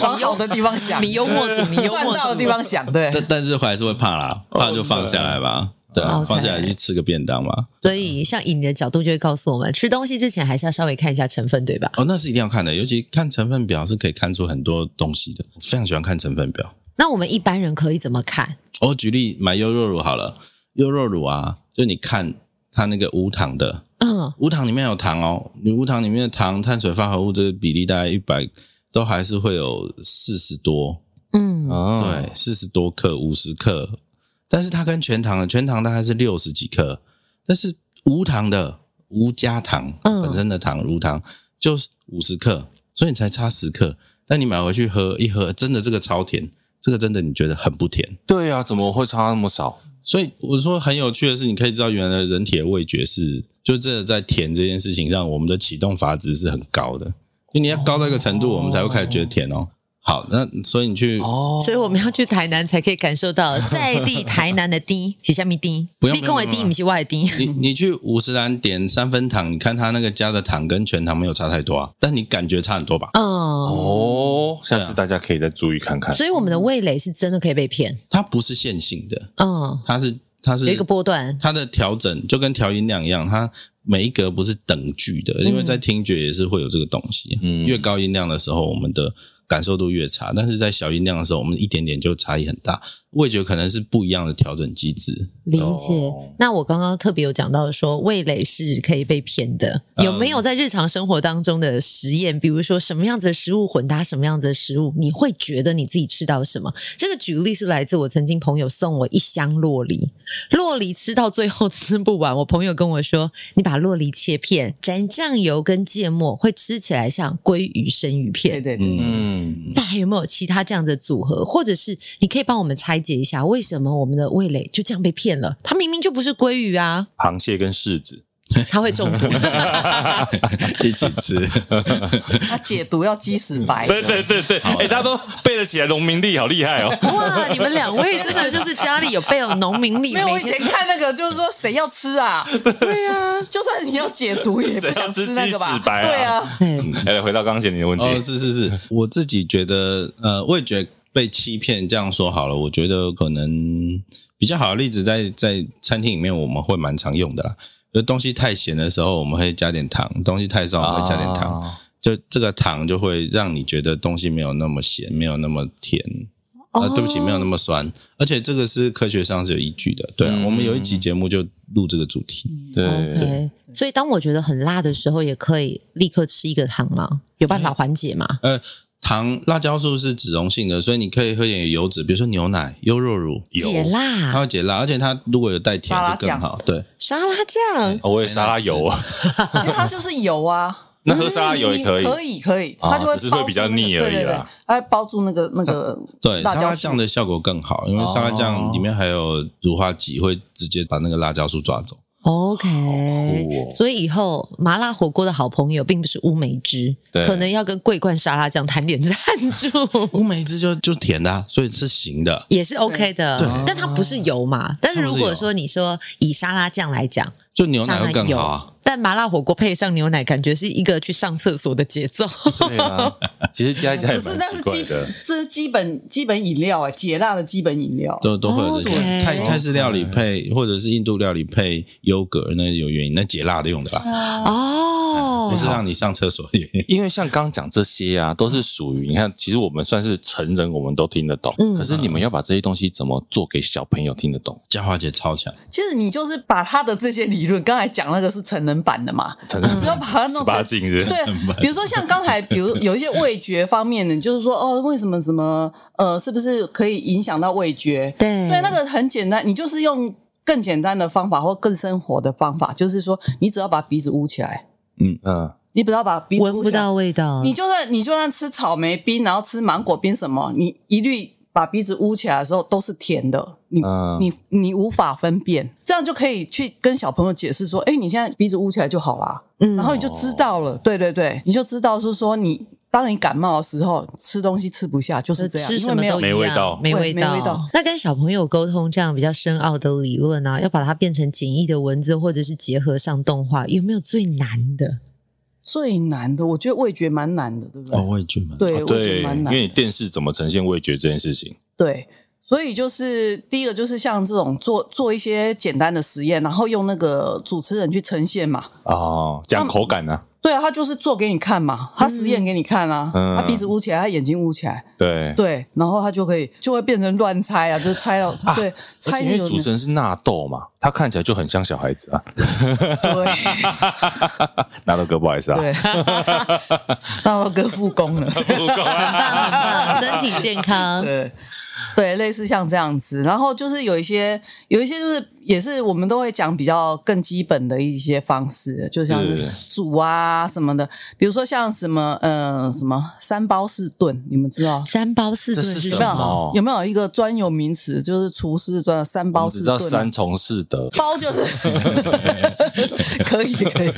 S4: 往好的地方 想，
S3: 你幽默组，你 幽
S4: 赚
S3: 默
S4: 到的
S3: 组
S4: 地方想，对，
S5: 但但是还是会怕啦，怕就放下来吧。对啊，
S3: OK
S5: 放下来去吃个便当嘛。
S3: 所以，像以你的角度，就会告诉我们，吃东西之前还是要稍微看一下成分，对吧？
S5: 哦，那是一定要看的，尤其看成分表是可以看出很多东西的。我非常喜欢看成分表。
S3: 那我们一般人可以怎么看？
S5: 我举例买优酪乳好了，优酪乳啊，就你看它那个无糖的，
S3: 嗯，
S5: 无糖里面有糖哦，你无糖里面的糖、碳水化合物这个比例大概一百，都还是会有四十多，
S3: 嗯，
S6: 哦
S5: 对，，四十多克、五十克，但是它跟全糖的全糖大概是六十几克，但是无糖的无加糖、
S3: 嗯
S5: 本身的糖无糖就五十克，所以你才差十克。但你买回去喝一喝，真的这个超甜，这个真的你觉得很不甜。
S6: 对啊，怎么会差那么少？
S5: 所以我说很有趣的是，你可以知道原来人体的味觉是，就真的在甜这件事情上，我们的启动阀值是很高的，就你要高到一个程度，我们才会开始觉得甜哦。好，那所以你去
S6: 哦
S3: 所以我们要去台南才可以感受 到在地台南的低，是下面低，
S5: 不用
S3: 你跟我的
S5: 不
S3: 低，
S5: 用
S3: 不是我的低。
S5: 你你去五十兰点三分糖，你看它那个加的糖跟全糖没有差太多啊，但你感觉差很多吧？
S3: 嗯，
S6: 哦，下次大家可以再注意看看。
S3: 所以我们的味蕾是真的可以被骗。
S5: 它不是线性的，
S3: 嗯，
S5: 它是它是
S3: 有一个波段。
S5: 它的调整就跟调音量一样，它每一格不是等距的，因为在听觉也是会有这个东西。
S6: 嗯
S5: 越高音量的时候，我们的感受度越差，但是在小音量的时候，我们一点点就差异很大。味觉可能是不一样的调整机制。
S3: 理解
S6: 哦。
S3: 那我刚刚特别有讲到说，味蕾是可以被骗的。
S5: 嗯
S3: 有没有在日常生活当中的实验？比如说什么样子的食物混搭什么样子的食物，你会觉得你自己吃到什么？这个举例是来自我曾经朋友送我一箱洛梨，洛梨吃到最后 吃不完，我朋友跟我说，你把洛梨切片，沾酱油跟芥末，会吃起来像鲑鱼生鱼片
S4: 对。对对，
S5: 嗯，
S6: 嗯，
S3: 再还有没有其他这样的组合，或者是你可以帮我们拆解一下，为什么我们的味蕾就这样被骗了？它明明就不是鲑鱼啊！
S6: 螃蟹跟柿子，
S3: 他会中毒。
S5: 一起吃。
S3: 嗯
S4: 它解毒要鸡死白，
S7: 对对对对，哎，大家都背得起来农民历，好厉 害哦！
S3: 哇，你们两位真的就是家里有备有农民历，
S4: 没有，我
S3: 每
S4: 以
S3: 天
S4: 前看那个就是说谁要吃啊？对啊，就算你要解毒也不
S7: 谁要
S4: 想
S7: 吃
S4: 那
S7: 鸡
S4: 个吧
S7: 屎？白
S4: 对
S7: 啊
S4: 啊，
S6: 嗯
S3: 对
S7: 哎，来回到刚贤你的问题，
S5: 哦，是是是，我自己觉得，呃，我也觉得被欺骗这样说好了。我觉得可能比较好的例子在在餐厅里面，我们会蛮常用的啦。就东西太咸的时候，我们会加点糖；东西太少，我们会加点糖。
S7: 啊
S5: 就这个糖就会让你觉得东西没有那么咸，没有那么甜。啊，对不起，没有
S4: 哦
S5: 那么酸，而且这个是科学上是有依据的。对啊，
S7: 嗯
S5: 我们有一集节目就录这个主题。
S4: 嗯
S7: 对，
S3: OK，所以当我觉得很辣的时候，也可以立刻吃一个糖吗？有办法缓解吗？
S5: 呃，糖辣椒素是脂溶性的，所以你可以喝点油脂，比如说牛奶、优酪乳，
S3: 解
S5: 它
S3: 辣
S5: 会解辣，而且它如果有带甜
S4: 沙拉
S5: 就更好。对，
S3: 沙拉酱，
S7: 哦我也沙拉油 啊，
S4: 因为它就是油啊。
S7: 那喝沙拉油也可
S4: 嗯
S7: 以，
S4: 可以可以，
S7: 哦
S4: 它就会
S7: 只是
S4: 包
S7: 会
S4: 住
S7: 比较
S4: 那个
S7: 腻而已啦，
S4: 对对对它会包住那个那个
S5: 对，
S4: 辣
S5: 沙
S4: 椒素
S5: 拉
S4: 哦
S5: 酱的效果更好，因为沙拉酱里面还有乳化剂，会直接把那个辣椒素抓走。
S3: OK，、
S7: 哦
S3: 所以以后麻辣火锅的好朋友并不是乌梅汁，
S7: 对
S3: 可能要跟桂冠沙拉酱谈点赞助，
S5: 乌梅汁就就甜的、啊，所以是行的。
S3: 也是 OK 的
S5: 对。
S3: 但它不是油嘛？但是如
S5: 它不
S3: 果
S5: 是油
S3: 说你说以沙拉酱来讲，
S5: 就牛奶会更好
S3: 沙拉
S5: 啊
S3: 油。但麻辣火锅配上牛奶，感觉是一个去上厕所的节奏。
S7: 对啊，其实加一加也
S4: 不
S7: 蛮
S4: 是，那
S7: 奇
S4: 是
S7: 怪
S4: 基
S7: 的。
S4: 这是基本基本饮料啊，解辣的基本饮料。
S5: 都都会有这些
S3: 哦 OK
S5: 泰泰式料理配或者是印度料理配优格，那有原因，那解辣的用的啦，
S3: 哦
S5: 不是啊让你上厕所的原因。
S7: 因为像刚讲这些啊，都是属于你看，其实我们算是成人，我们都听得懂。
S3: 嗯
S7: 可是你们要把这些东西怎么做给小朋友听得懂？
S5: 嘉华姐超强，
S4: 其实你就是把他的这些理论，刚才讲那个是成人版的嘛，
S7: 成人
S4: 只要把它弄
S7: 十
S4: 成
S7: 八禁是不是
S4: 对，啊比如说像刚才，比如有一些味觉方面的，你就是说哦，为什么什么呃，是不是可以影响到味觉？
S3: 对
S4: 对，那个很简单，你就是用更简单的方法或更生活的方法，就是说你只要把鼻子捂起来，
S7: 嗯，
S4: 你不要把鼻子
S3: 闻
S4: 捂
S3: 不
S4: 起来
S3: 到味道，
S4: 你就算你就算吃草莓冰，然后吃芒果冰什么，你一律把鼻子捂起来的时候都是甜的，你、
S7: 嗯
S4: 你你无法分辨，这样就可以去跟小朋友解释说，哎，你现在鼻子捂起来就好啦，
S3: 嗯
S4: 然后你就知道了，对对对，你就知道是说你当你感冒的时候吃东西吃不下就是这样，
S3: 吃
S4: 因
S3: 什
S4: 为
S3: 么
S4: 没有
S3: 都一样
S7: 没味道
S3: 没
S4: 对
S3: 味道，
S4: 没味道
S3: 那跟小朋友沟通这样比较深奥的理论啊，要把它变成简易的文字，或者是结合上动画，有没有最难的？
S4: 最难的，我觉得味觉蛮难的，对不对？
S5: 也觉得
S4: 对，
S7: 啊
S4: 哦我觉
S7: 对，
S4: 得蛮
S7: 因
S4: 难的。
S7: 为你电视怎么呈现味觉这件事情，
S4: 对，所以就是第一个就是像这种做做一些简单的实验，然后用那个主持人去呈现嘛。
S7: 哦，讲口感呢、
S4: 对啊，他就是做给你看嘛，他实验给你看啊，
S7: 嗯
S4: 他鼻子捂起来，他眼睛捂起来，
S7: 对，
S4: 对，然后他就可以就会变成乱猜啊，就是猜到、对，
S7: 而
S4: 猜
S7: 且因为
S4: 有
S7: 主持人是纳豆嘛，他看起来就很像小孩子啊。
S4: 对
S7: 纳豆哥，不好意思啊，
S4: 对，大豆哥复工了。
S7: 不够啊
S3: 很
S4: 啊
S3: 棒很棒，身体健康。
S4: 对对，类似像这样子，然后就是有一些有一些就是也是我们都会讲比较更基本的一些方式，就像
S7: 是
S4: 是煮啊什么的，比如说像什么呃什么三包四炖，你们知道？
S3: 三包四顿
S7: 这
S3: 是
S7: 是
S3: 什
S7: 什
S4: 有没
S3: 么？
S7: 么
S4: 有有没有一个专有名词？就是厨师专有三
S7: 我
S4: 包
S7: 们哦只
S4: 四
S7: 知道
S4: 炖啊、
S7: 三从四德，
S4: 包就是 可以可以，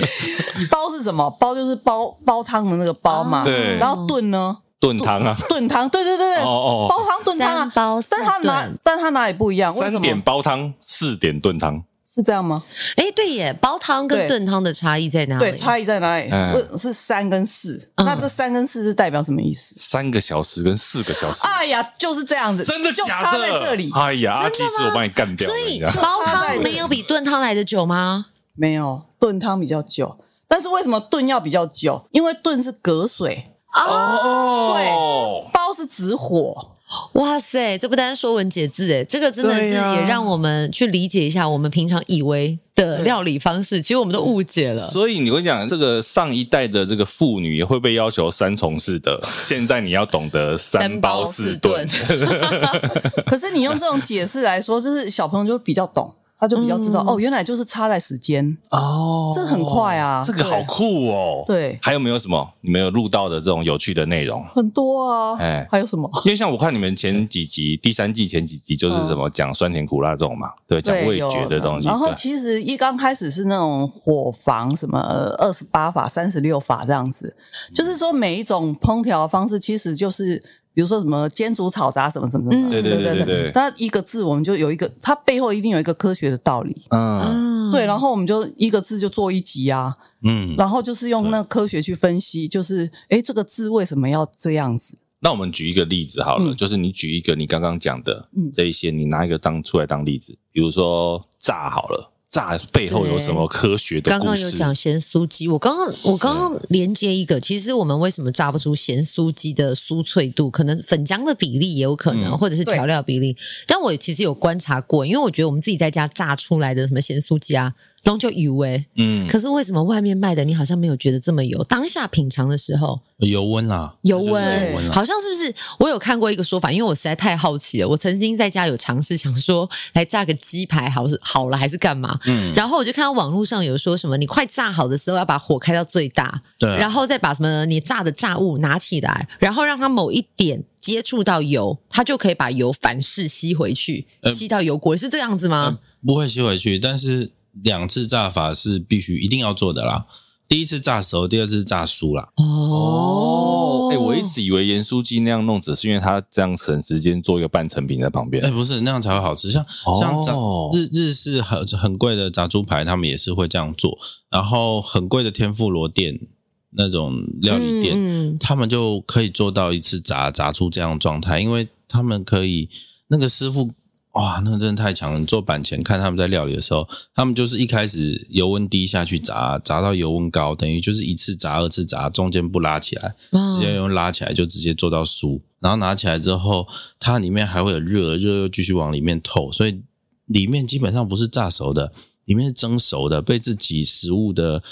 S4: 包是什么？包就是煲煲汤的那个煲嘛。
S7: 对
S4: 然后炖呢？
S7: 炖汤啊，
S4: 炖汤，对对对对，
S7: 哦哦
S4: 煲汤炖汤
S3: 三
S4: 啊。
S3: 包四
S4: 但他哪
S3: 顿，
S4: 但他哪里不一样？为
S7: 三
S4: 什
S7: 点
S4: 么
S7: 煲汤，四点炖汤，
S4: 是这样吗？
S3: 哎，对耶，煲汤跟
S4: 对
S3: 炖汤的差异在哪里？
S4: 对，差异在哪里？
S7: 嗯
S4: 不是三跟四，
S3: 嗯
S4: 那这三跟四是代表什么意思？
S7: 三个小时跟四个小时，
S4: 哎呀，就是这样子，
S7: 真的
S4: 就
S7: 假
S4: 差
S7: 的？
S4: 在这里，
S7: 哎呀，阿基斯，我把你干掉了，
S3: 所以
S7: 你知道
S3: 煲
S4: 差
S3: 汤
S4: 在这
S3: 没有比炖汤来的久吗？
S4: 没有炖汤比较久。但是为什么炖要比较久？因为炖是隔水，
S7: 哦，
S4: 煲是直 火。
S3: 哇塞，这不单说文解字哎，这个真的是
S4: 对呀
S3: 也让我们去理解一下我们平常以为的料理方式，其实我们都误解了。
S7: 所以你会讲这个上一代的这个妇女也会被要求三从四德，现在你要懂得三包四
S3: 三包
S7: 炖
S3: 四
S4: 可是你用这种解释来说，就是小朋友就比较懂。他就比较知道、
S3: 嗯
S4: 哦，原来就是差在时间。
S7: 哦
S4: 这很快啊
S7: 这个好酷哦。
S4: 对
S7: 还有没有什么你们有录到的这种有趣的内容？
S4: 很多啊，
S7: 哎
S4: 还有什么？
S7: 因为像我看你们前几集，第三季前几集就是什么讲酸甜苦辣这种嘛，对，讲
S4: 对，
S7: 味
S4: 有
S7: 觉的东西。
S4: 然后
S7: 对
S4: 其实一刚开始是那种火房什么二十八法、三十六法这样子，
S7: 嗯
S4: 就是说每一种烹调方式其实就是。比如说什么煎煮炒炸什么什么什么，
S3: 嗯
S7: 对对对对对
S4: 那一个字我们就有一个，它背后一定有一个科学的道理，
S7: 嗯，
S3: 嗯
S4: 对。然后我们就一个字就做一集啊，
S5: 嗯，
S4: 然后就是用那科学去分析，就是诶这个字为什么要这样子？
S7: 那我们举一个例子好了，
S4: 嗯
S7: 就是你举一个你刚刚讲的
S4: 嗯
S7: 这一些，你拿一个当出来当例子，比如说炸好了，炸背后有什么科学的
S3: 刚
S7: 故
S3: 刚有
S7: 事？
S3: 讲咸酥鸡，我刚刚我刚刚连接一个，其实我们为什么炸不出咸酥鸡的酥脆度？可能粉浆的比例也有可能，
S5: 嗯
S3: 或者是调料比例。但我其实有观察过，因为我觉得我们自己在家炸出来的什么咸酥鸡啊，龙就油哎，
S7: 嗯，
S3: 可是为什么外面卖的你好像没有觉得这么油？当下品尝的时候，
S5: 油温啦，
S3: 油
S5: 就是
S4: 对
S5: 油温
S3: 温，
S5: 啦，
S3: 好像是不是？我有看过一个说法，因为我实在太好奇了。我曾经在家有尝试想说来炸个鸡排好，是好了还是干嘛？
S5: 嗯，
S3: 然后我就看到网络上有说什么，你快炸好的时候要把火开到最大，
S5: 对
S7: 嗯
S5: 啊，
S3: 然后再把什么你炸的炸物拿起来，然后让它某一点接触到油，它就可以把油反噬吸回去，
S7: 嗯
S5: 呃
S3: 吸到油锅，是这样子吗？
S5: 不会吸回去，但是两次炸法是必须一定要做的啦。第一次炸熟，第二次炸酥啦。
S3: 哦
S7: 嗯哎、我一直以为盐酥鸡那样弄，只是因为它这样省时间做一个半成品在旁边。
S5: 哎、不是那样才会好吃。像、像炸
S7: 哦
S5: 日日式很很贵的炸猪排，他们也是会这样做。然后很贵的天妇罗店那种料理店，
S3: 嗯嗯
S5: 他们就可以做到一次炸炸出这样的状态，因为他们可以那个师傅哇，那个真的太强了！你做板前看他们在料理的时候，他们就是一开始油温低下去炸，炸到油温高，等于就是一次炸二次炸，中间不拉起来，
S3: 嗯哇
S5: 直接用拉起来就直接做到酥，然后拿起来之后，它里面还会有热，热又继续往里面透，所以里面基本上不是炸熟的，里面是蒸熟的，被自己食物的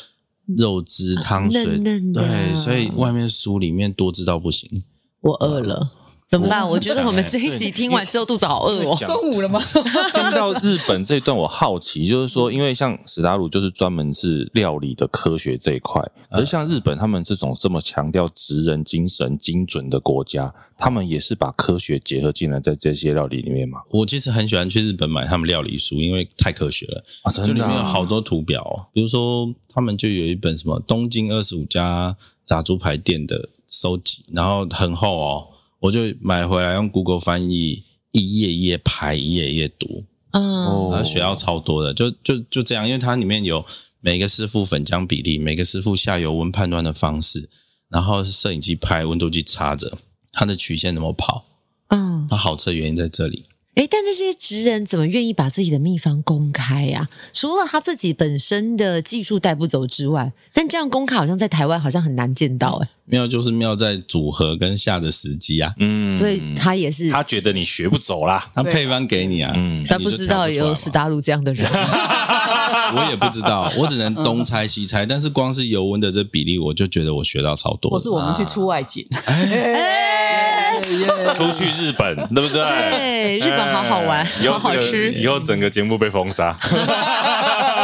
S5: 肉汁汤水、
S3: 啊嫩嫩的啊
S5: 对，所以外面酥，里面多汁到不行。
S3: 我饿了，怎么办？我觉得 我们这一
S5: 对
S3: 集听完之后肚子好饿哦。
S4: 中午了吗？
S7: 听到日本这一段，我好奇，就是说，因为像史达鲁就是专门是料理的科学这一块，而
S3: 嗯
S7: 像日本他们这种这么强调职人精神精准的国家，他们也是把科学结合进来在这些料理里面嘛？
S5: 我其实很喜欢去日本买他们料理书，因为太科学了，
S7: 啊，
S5: 就里面有
S7: 啊
S5: 好多图表、哦，比如说他们就有一本什么东京二十五家炸猪排店的收集，然后很厚哦，我就买回来用 Google 翻译，一页一页排，一页一页读，
S7: 哦
S3: 嗯，
S5: 然后学到超多的，就就就这样，因为它里面有每个师傅粉浆比例，每个师傅下油温判断的方式，然后摄影机拍，温度计插着，它的曲线怎么跑，
S3: 嗯，
S5: 它好吃的原因在这里。
S3: 哎，但这些职人怎么愿意把自己的秘方公开呀、除了他自己本身的技术带不走之外，但这样公开好像在台湾好像很难见到哎、
S5: 妙就是妙在组合跟下的时机啊，
S7: 嗯
S3: 所以他也是
S7: 他觉得你学不走啦，
S5: 他配方给你啊，
S7: 嗯
S3: 他不知道有史
S5: 是，
S3: 达鲁这样的人。
S5: 我也不知道，我只能东猜西猜，但是光是油温的这比例，我就觉得我学到超多的。
S4: 或是我们去出外景，
S3: 哎
S7: 出去日本，对不对？
S3: 对日本好好玩
S7: 哎以后
S3: 好好
S7: 这个
S3: 吃
S7: 以后整个节目被封杀。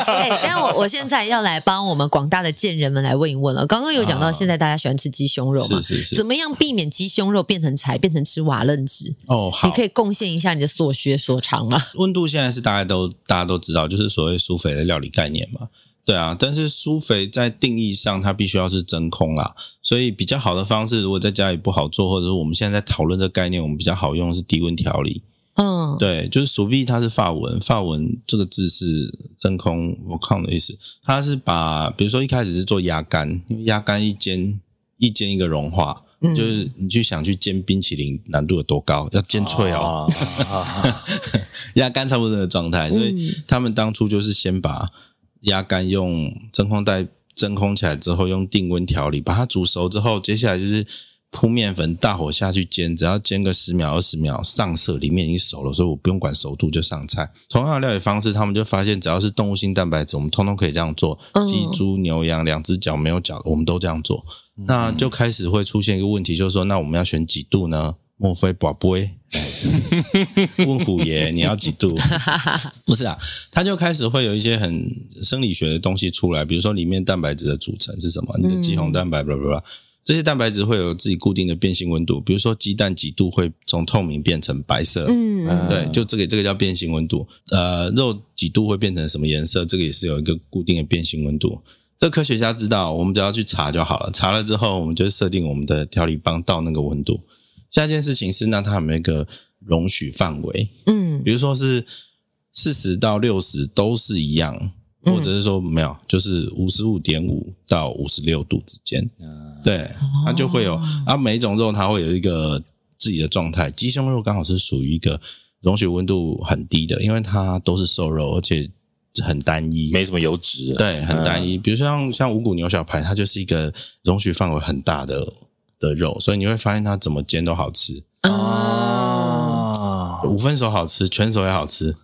S3: 哎、 但我我现在要来帮我们广大的贱人们来问一问了。刚刚有讲到现在大家喜欢吃鸡胸肉嘛？
S5: 是是
S3: 怎
S5: 是，
S3: 么样避免鸡胸肉变成柴，变成吃瓦楞纸？
S5: 哦好，
S3: 你可以贡献一下你的所学所长吗？
S5: 温度现在是大家都大家都知道，就是所谓苏肥的料理概念嘛。对啊，但是苏肥在定义上，它必须要是真空啦。所以比较好的方式，如果在家里不好做，或者是我们现在在讨论这个概念，我们比较好用的是低温调理。
S3: 嗯，
S5: 对，就是 s u v 它是法文，法文这个字是真空我抗的意思。它是把，比如说一开始是做鸭肝，因为鸭肝一煎一煎一个融化，
S3: 嗯
S5: 就是你去想去煎冰淇淋难度有多高，要煎脆哦，
S7: 啊
S5: 鸭肝差不多的状态。所以他们当初就是先把鸭肝用真空袋真空起来之后，用定温调理，把它煮熟之后，接下来就是。铺面粉，大火下去煎，只要煎个十秒、二十秒，上色里面已经熟了，所以我不用管熟度就上菜。同样的料理方式，他们就发现，只要是动物性蛋白质，我们通通可以这样做。
S3: 嗯
S5: 鸡、猪、牛、羊，两只脚没有脚的，我们都这样做。那就开始会出现一个问题，就是说，那我们要选几度呢？莫非宝贝？问虎爷你要几度？不是啊，它就开始会有一些很生理学的东西出来，比如说里面蛋白质的组成是什么，你的肌红蛋白，blah blah blah，这些蛋白质会有自己固定的变性温度，比如说鸡蛋几度会从透明变成白色，
S3: 嗯，
S5: 对，就这个这个叫变性温度。呃，肉几度会变成什么颜色？这个也是有一个固定的变性温度。这科学家知道，我们只要去查就好了。查了之后，我们就设定我们的调理棒到那个温度。下一件事情是，那它有没有一个容许范围？
S3: 嗯，
S5: 比如说是四十到六十都是一样，
S3: 嗯
S5: 或者是说没有，就是五十五点五到五十六度之间。对，它就会有啊，每一种肉它会有一个自己的状态。鸡胸肉刚好是属于一个容许温度很低的，因为它都是瘦肉，而且很单一，
S7: 没什么油脂，
S5: 对，很单一。比如说像像五谷牛小排，它就是一个容许范围很大的的肉，所以你会发现它怎么煎都好吃，
S3: 哦，
S7: 啊，
S5: 五分熟好吃，全熟也好吃。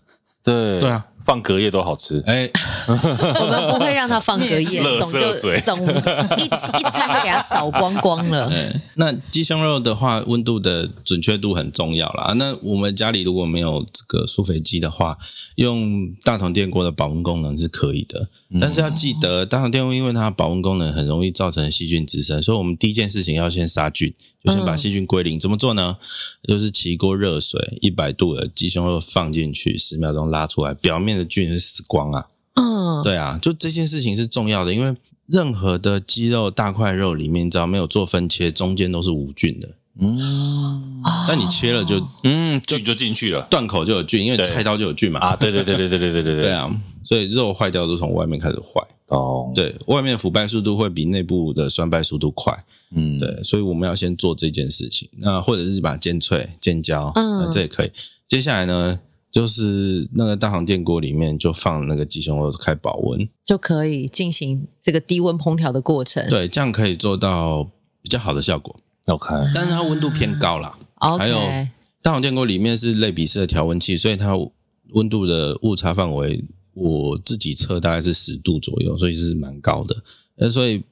S7: 对
S5: 对啊，
S7: 放隔夜都好吃，
S5: 哎、
S3: 我们不会让它放隔 夜，
S7: 垃
S3: 总
S7: 圾
S3: 就
S7: 嘴
S3: 总一一餐就给它扫光光了。
S5: 那鸡胸肉的话，温度的准确度很重要啦。那我们家里如果没有这个苏肥鸡的话，用大同电锅的保温功能是可以的，但是要记得，大同电锅因为它的保温功能很容易造成细菌滋生，所以我们第一件事情要先杀菌，就先把细菌归零。怎么做呢？就是起一锅热水，一百度的鸡胸肉放进去，十秒钟拉出来，表面的菌是死光啊。
S3: 嗯，
S5: 对啊，就这件事情是重要的，因为任何的肌肉大块肉里面，只要没有做分切，中间都是无菌的。
S3: 哦
S7: 嗯
S5: 那你切了就
S7: 嗯，菌就进去了
S5: 断口就有菌，因为
S7: 对
S5: 菜刀就有菌嘛。
S7: 啊，对对对对对对对 对
S5: 对，啊，所以肉坏掉都从外面开始坏。
S7: 懂，
S5: 对，外面腐败速度会比内部的酸败速度快。
S7: 嗯，
S5: 对，所以我们要先做这件事情。那或者是把它煎脆、煎焦，
S3: 嗯
S5: 呃这也可以。接下来呢，就是那个大行电锅里面就放那个鸡胸肉开保温。
S3: 就可以进行这个低温烹调的过程。
S5: 对，这样可以做到比较好的效果。
S7: ，OK，
S5: 但是它温度偏高啦。还有
S3: ，OK，
S5: 大同电锅里面是类比式的调温器，所以它温度的误差范围，我自己测大概是十度左右，所以是蛮高的。呃，所以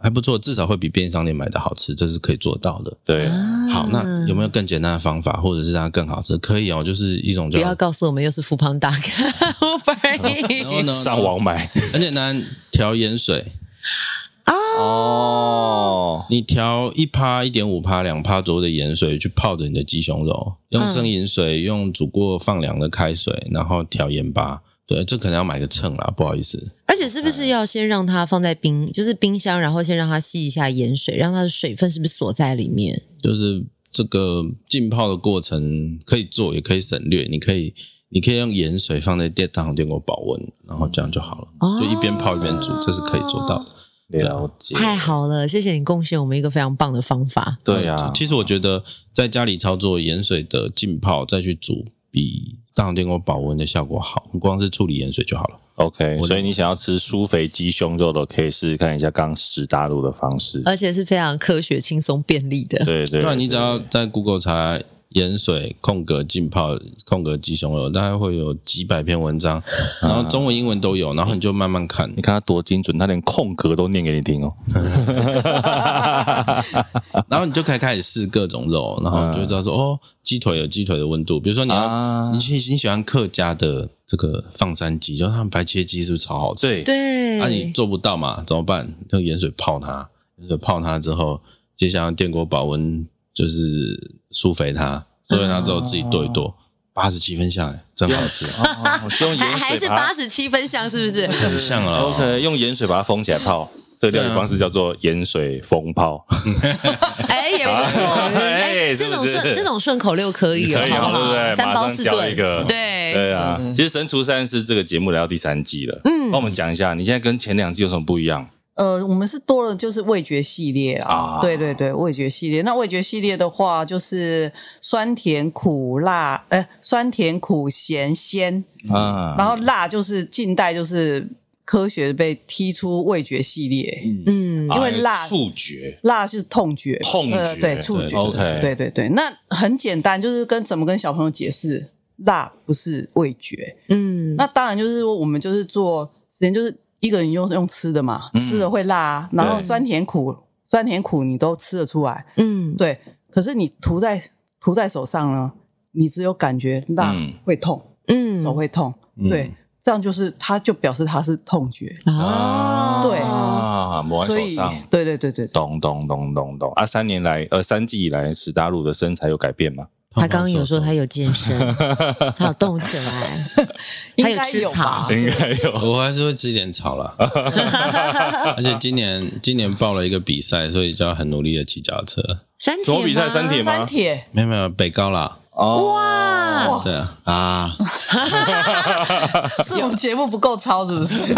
S5: 还不错，至少会比便利商店买的好吃，这是可以做到的。
S7: 对，
S3: 啊
S5: 好，那有没有更简单的方法，或者是让它更好吃？可以哦，就是一种
S3: 不
S5: 叫
S3: 要告诉我们又是富邦大哥
S5: 然后
S3: Uber
S5: 呢
S7: 上网买
S5: 很简单，调盐水，
S7: 哦，
S5: 你调一趴、一点五趴、两趴左右的盐水去泡着你的鸡胸肉，用生饮水，用煮过放凉的开水，然后调盐巴。对，这可能要买个秤啦，不好意思。
S3: 而且是不是要先让它放在冰，就是冰箱，然后先让它吸一下盐水，让它的水分是不是锁在里面？
S5: 就是这个浸泡的过程可以做，也可以省略。你可以，你可以用盐水放在电大红电锅保温，然后这样就好了。
S3: 哦
S5: 就一边泡一边煮，这是可以做到的。啊
S7: 了解，
S3: 太好了，谢谢你贡献我们一个非常棒的方法。
S7: 对啊，
S5: 其实我觉得在家里操作盐水的浸泡再去煮，比大红电锅保温的效果好。你光是处理盐水就好了。
S7: OK，
S5: 我
S7: 所以你想要吃酥肥鸡胸肉的，可以试试看一下刚史达鲁的方式。
S3: 而且是非常科学、轻松、便利的。
S7: 对对，
S5: 哎不然你只要
S7: 对
S5: 在 Google 查盐水空格浸泡空格鸡胸肉，大概会有几百篇文 章，然后中文、英文都有，然后你就慢慢看
S7: 你。看他多精准，他连空格都念给你听哦。
S5: 然后你就可以开始试各种肉，然后你就会知道说，哦，鸡腿有鸡腿的温度。比如 说你要、
S7: 啊
S5: 你喜你喜欢客家的这个放山鸡，就是他们白切鸡是不是超好吃？
S7: 对，
S3: 对，
S5: 啊，你做不到嘛，怎么办？用盐水泡它，盐水泡它之后，接下来用电锅保温，就是疏肥它，疏肥它之后自己剁一剁，八十七分下来，真好吃，啊
S7: 哦就用
S3: 还
S7: 盐
S3: 还是
S7: 水
S3: 八
S7: 把
S3: 十七分像，是不 是？
S5: 很像
S7: 它
S5: 了。
S7: OK，用盐水把它封起来泡。这个料理方式叫做盐水封泡，
S3: 哎，也不错。
S7: 哎
S3: 哎，这
S7: 是
S3: 种
S7: 不是
S3: 顺这种顺口溜可以哦，
S7: 可以
S3: 好
S7: 哦，
S3: 不
S7: 对不对？
S3: 好？三
S7: 马
S3: 包
S7: 上
S3: 四
S7: 教
S3: 顿
S7: 一，个，
S3: 对，
S7: 对啊。
S4: 嗯
S7: 其实《神厨三世》这个节目来到第三季了，嗯，帮我们讲一下，你现在跟前两季有什么不一样？
S4: 呃，我们是多了就是味觉系列啊，
S7: 啊
S4: 对对对，味觉系列。那味觉系列的话，就是酸甜苦辣，呃，酸甜苦咸鲜，
S7: 啊，
S4: 然后辣就是近代就是科学被踢出味觉系列，
S3: 嗯，
S7: 啊
S4: 因为辣
S7: 触觉，
S4: 辣是痛觉，
S7: 痛觉
S4: 呃、对触觉
S5: 对
S7: OK
S4: 对对对。那很简单，就是跟怎么跟小朋友解释，辣不是味觉。
S3: 嗯，
S4: 那当然就是说我们就是做实验，就是一个人用用吃的嘛，吃的会辣、啊，然后
S7: 嗯对
S4: 酸甜苦酸甜苦你都吃得出来，
S3: 嗯，
S4: 对。可是你涂在涂在手上呢，你只有感觉那
S5: 嗯
S4: 会痛，
S3: 嗯
S4: 手会痛，
S5: 嗯
S4: 对，这样就是它就表示它是痛觉，
S7: 嗯
S3: 啊，
S4: 对
S7: 啊，抹在
S4: 所
S7: 手
S4: 以
S7: 上，
S4: 对对对对对，
S7: 咚咚咚咚咚啊！三年来，呃，三季以来，史达鲁的身材有改变吗？
S3: 他刚刚有说他有健 身，他有动起来，还
S4: 应
S3: 有
S4: 该
S3: 吃
S4: 有
S3: 草
S4: 吧，
S7: 应该有。
S5: 我还是会吃一点草啦，而且今年今年报了一个比赛，所以就要很努力的骑脚踏车。
S3: 三铁
S7: 什么比赛
S3: 吗
S7: 三铁吗
S4: 三 铁
S5: 没有没有，北高啦，
S7: 哦，
S5: 对啊，
S7: 啊，
S4: 是我们节目不够超，是不是？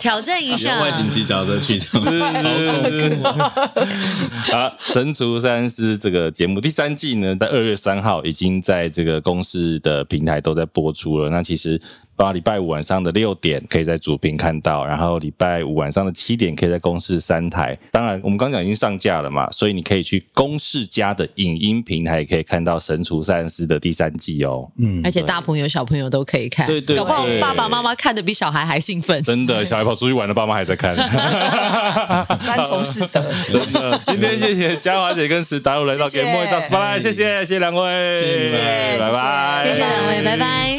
S3: 挑战一
S5: 有
S3: 下，
S5: 外景骑脚踏车去的，
S7: 啊，《神厨三》是这个节目第三季呢，在二月三号已经在这个公视的平台都在播出了。那其实八礼拜五晚上的六点可以在主屏看到，然后礼拜五晚上的七点可以在公视三台。当然，我们刚刚讲已经上架了嘛，所以你可以去公视家的影音平台可以看到《神厨三》的第三季哦。
S5: 嗯
S3: 而，且大朋友小朋友都可以看，
S7: 对对
S3: 搞不好
S7: 对
S3: 爸爸妈妈看的比小孩还兴奋。
S7: 真的，小孩跑出去玩了，爸妈还在 看。
S4: 三重四 德，
S7: 真的，今天谢谢嘉华姐跟史达鲁来到
S4: 谢
S7: 给
S4: 谢
S7: 莫一大斯巴拉，谢谢，谢谢两位，
S5: 谢谢
S7: 拜拜，
S3: 谢谢两位，拜拜。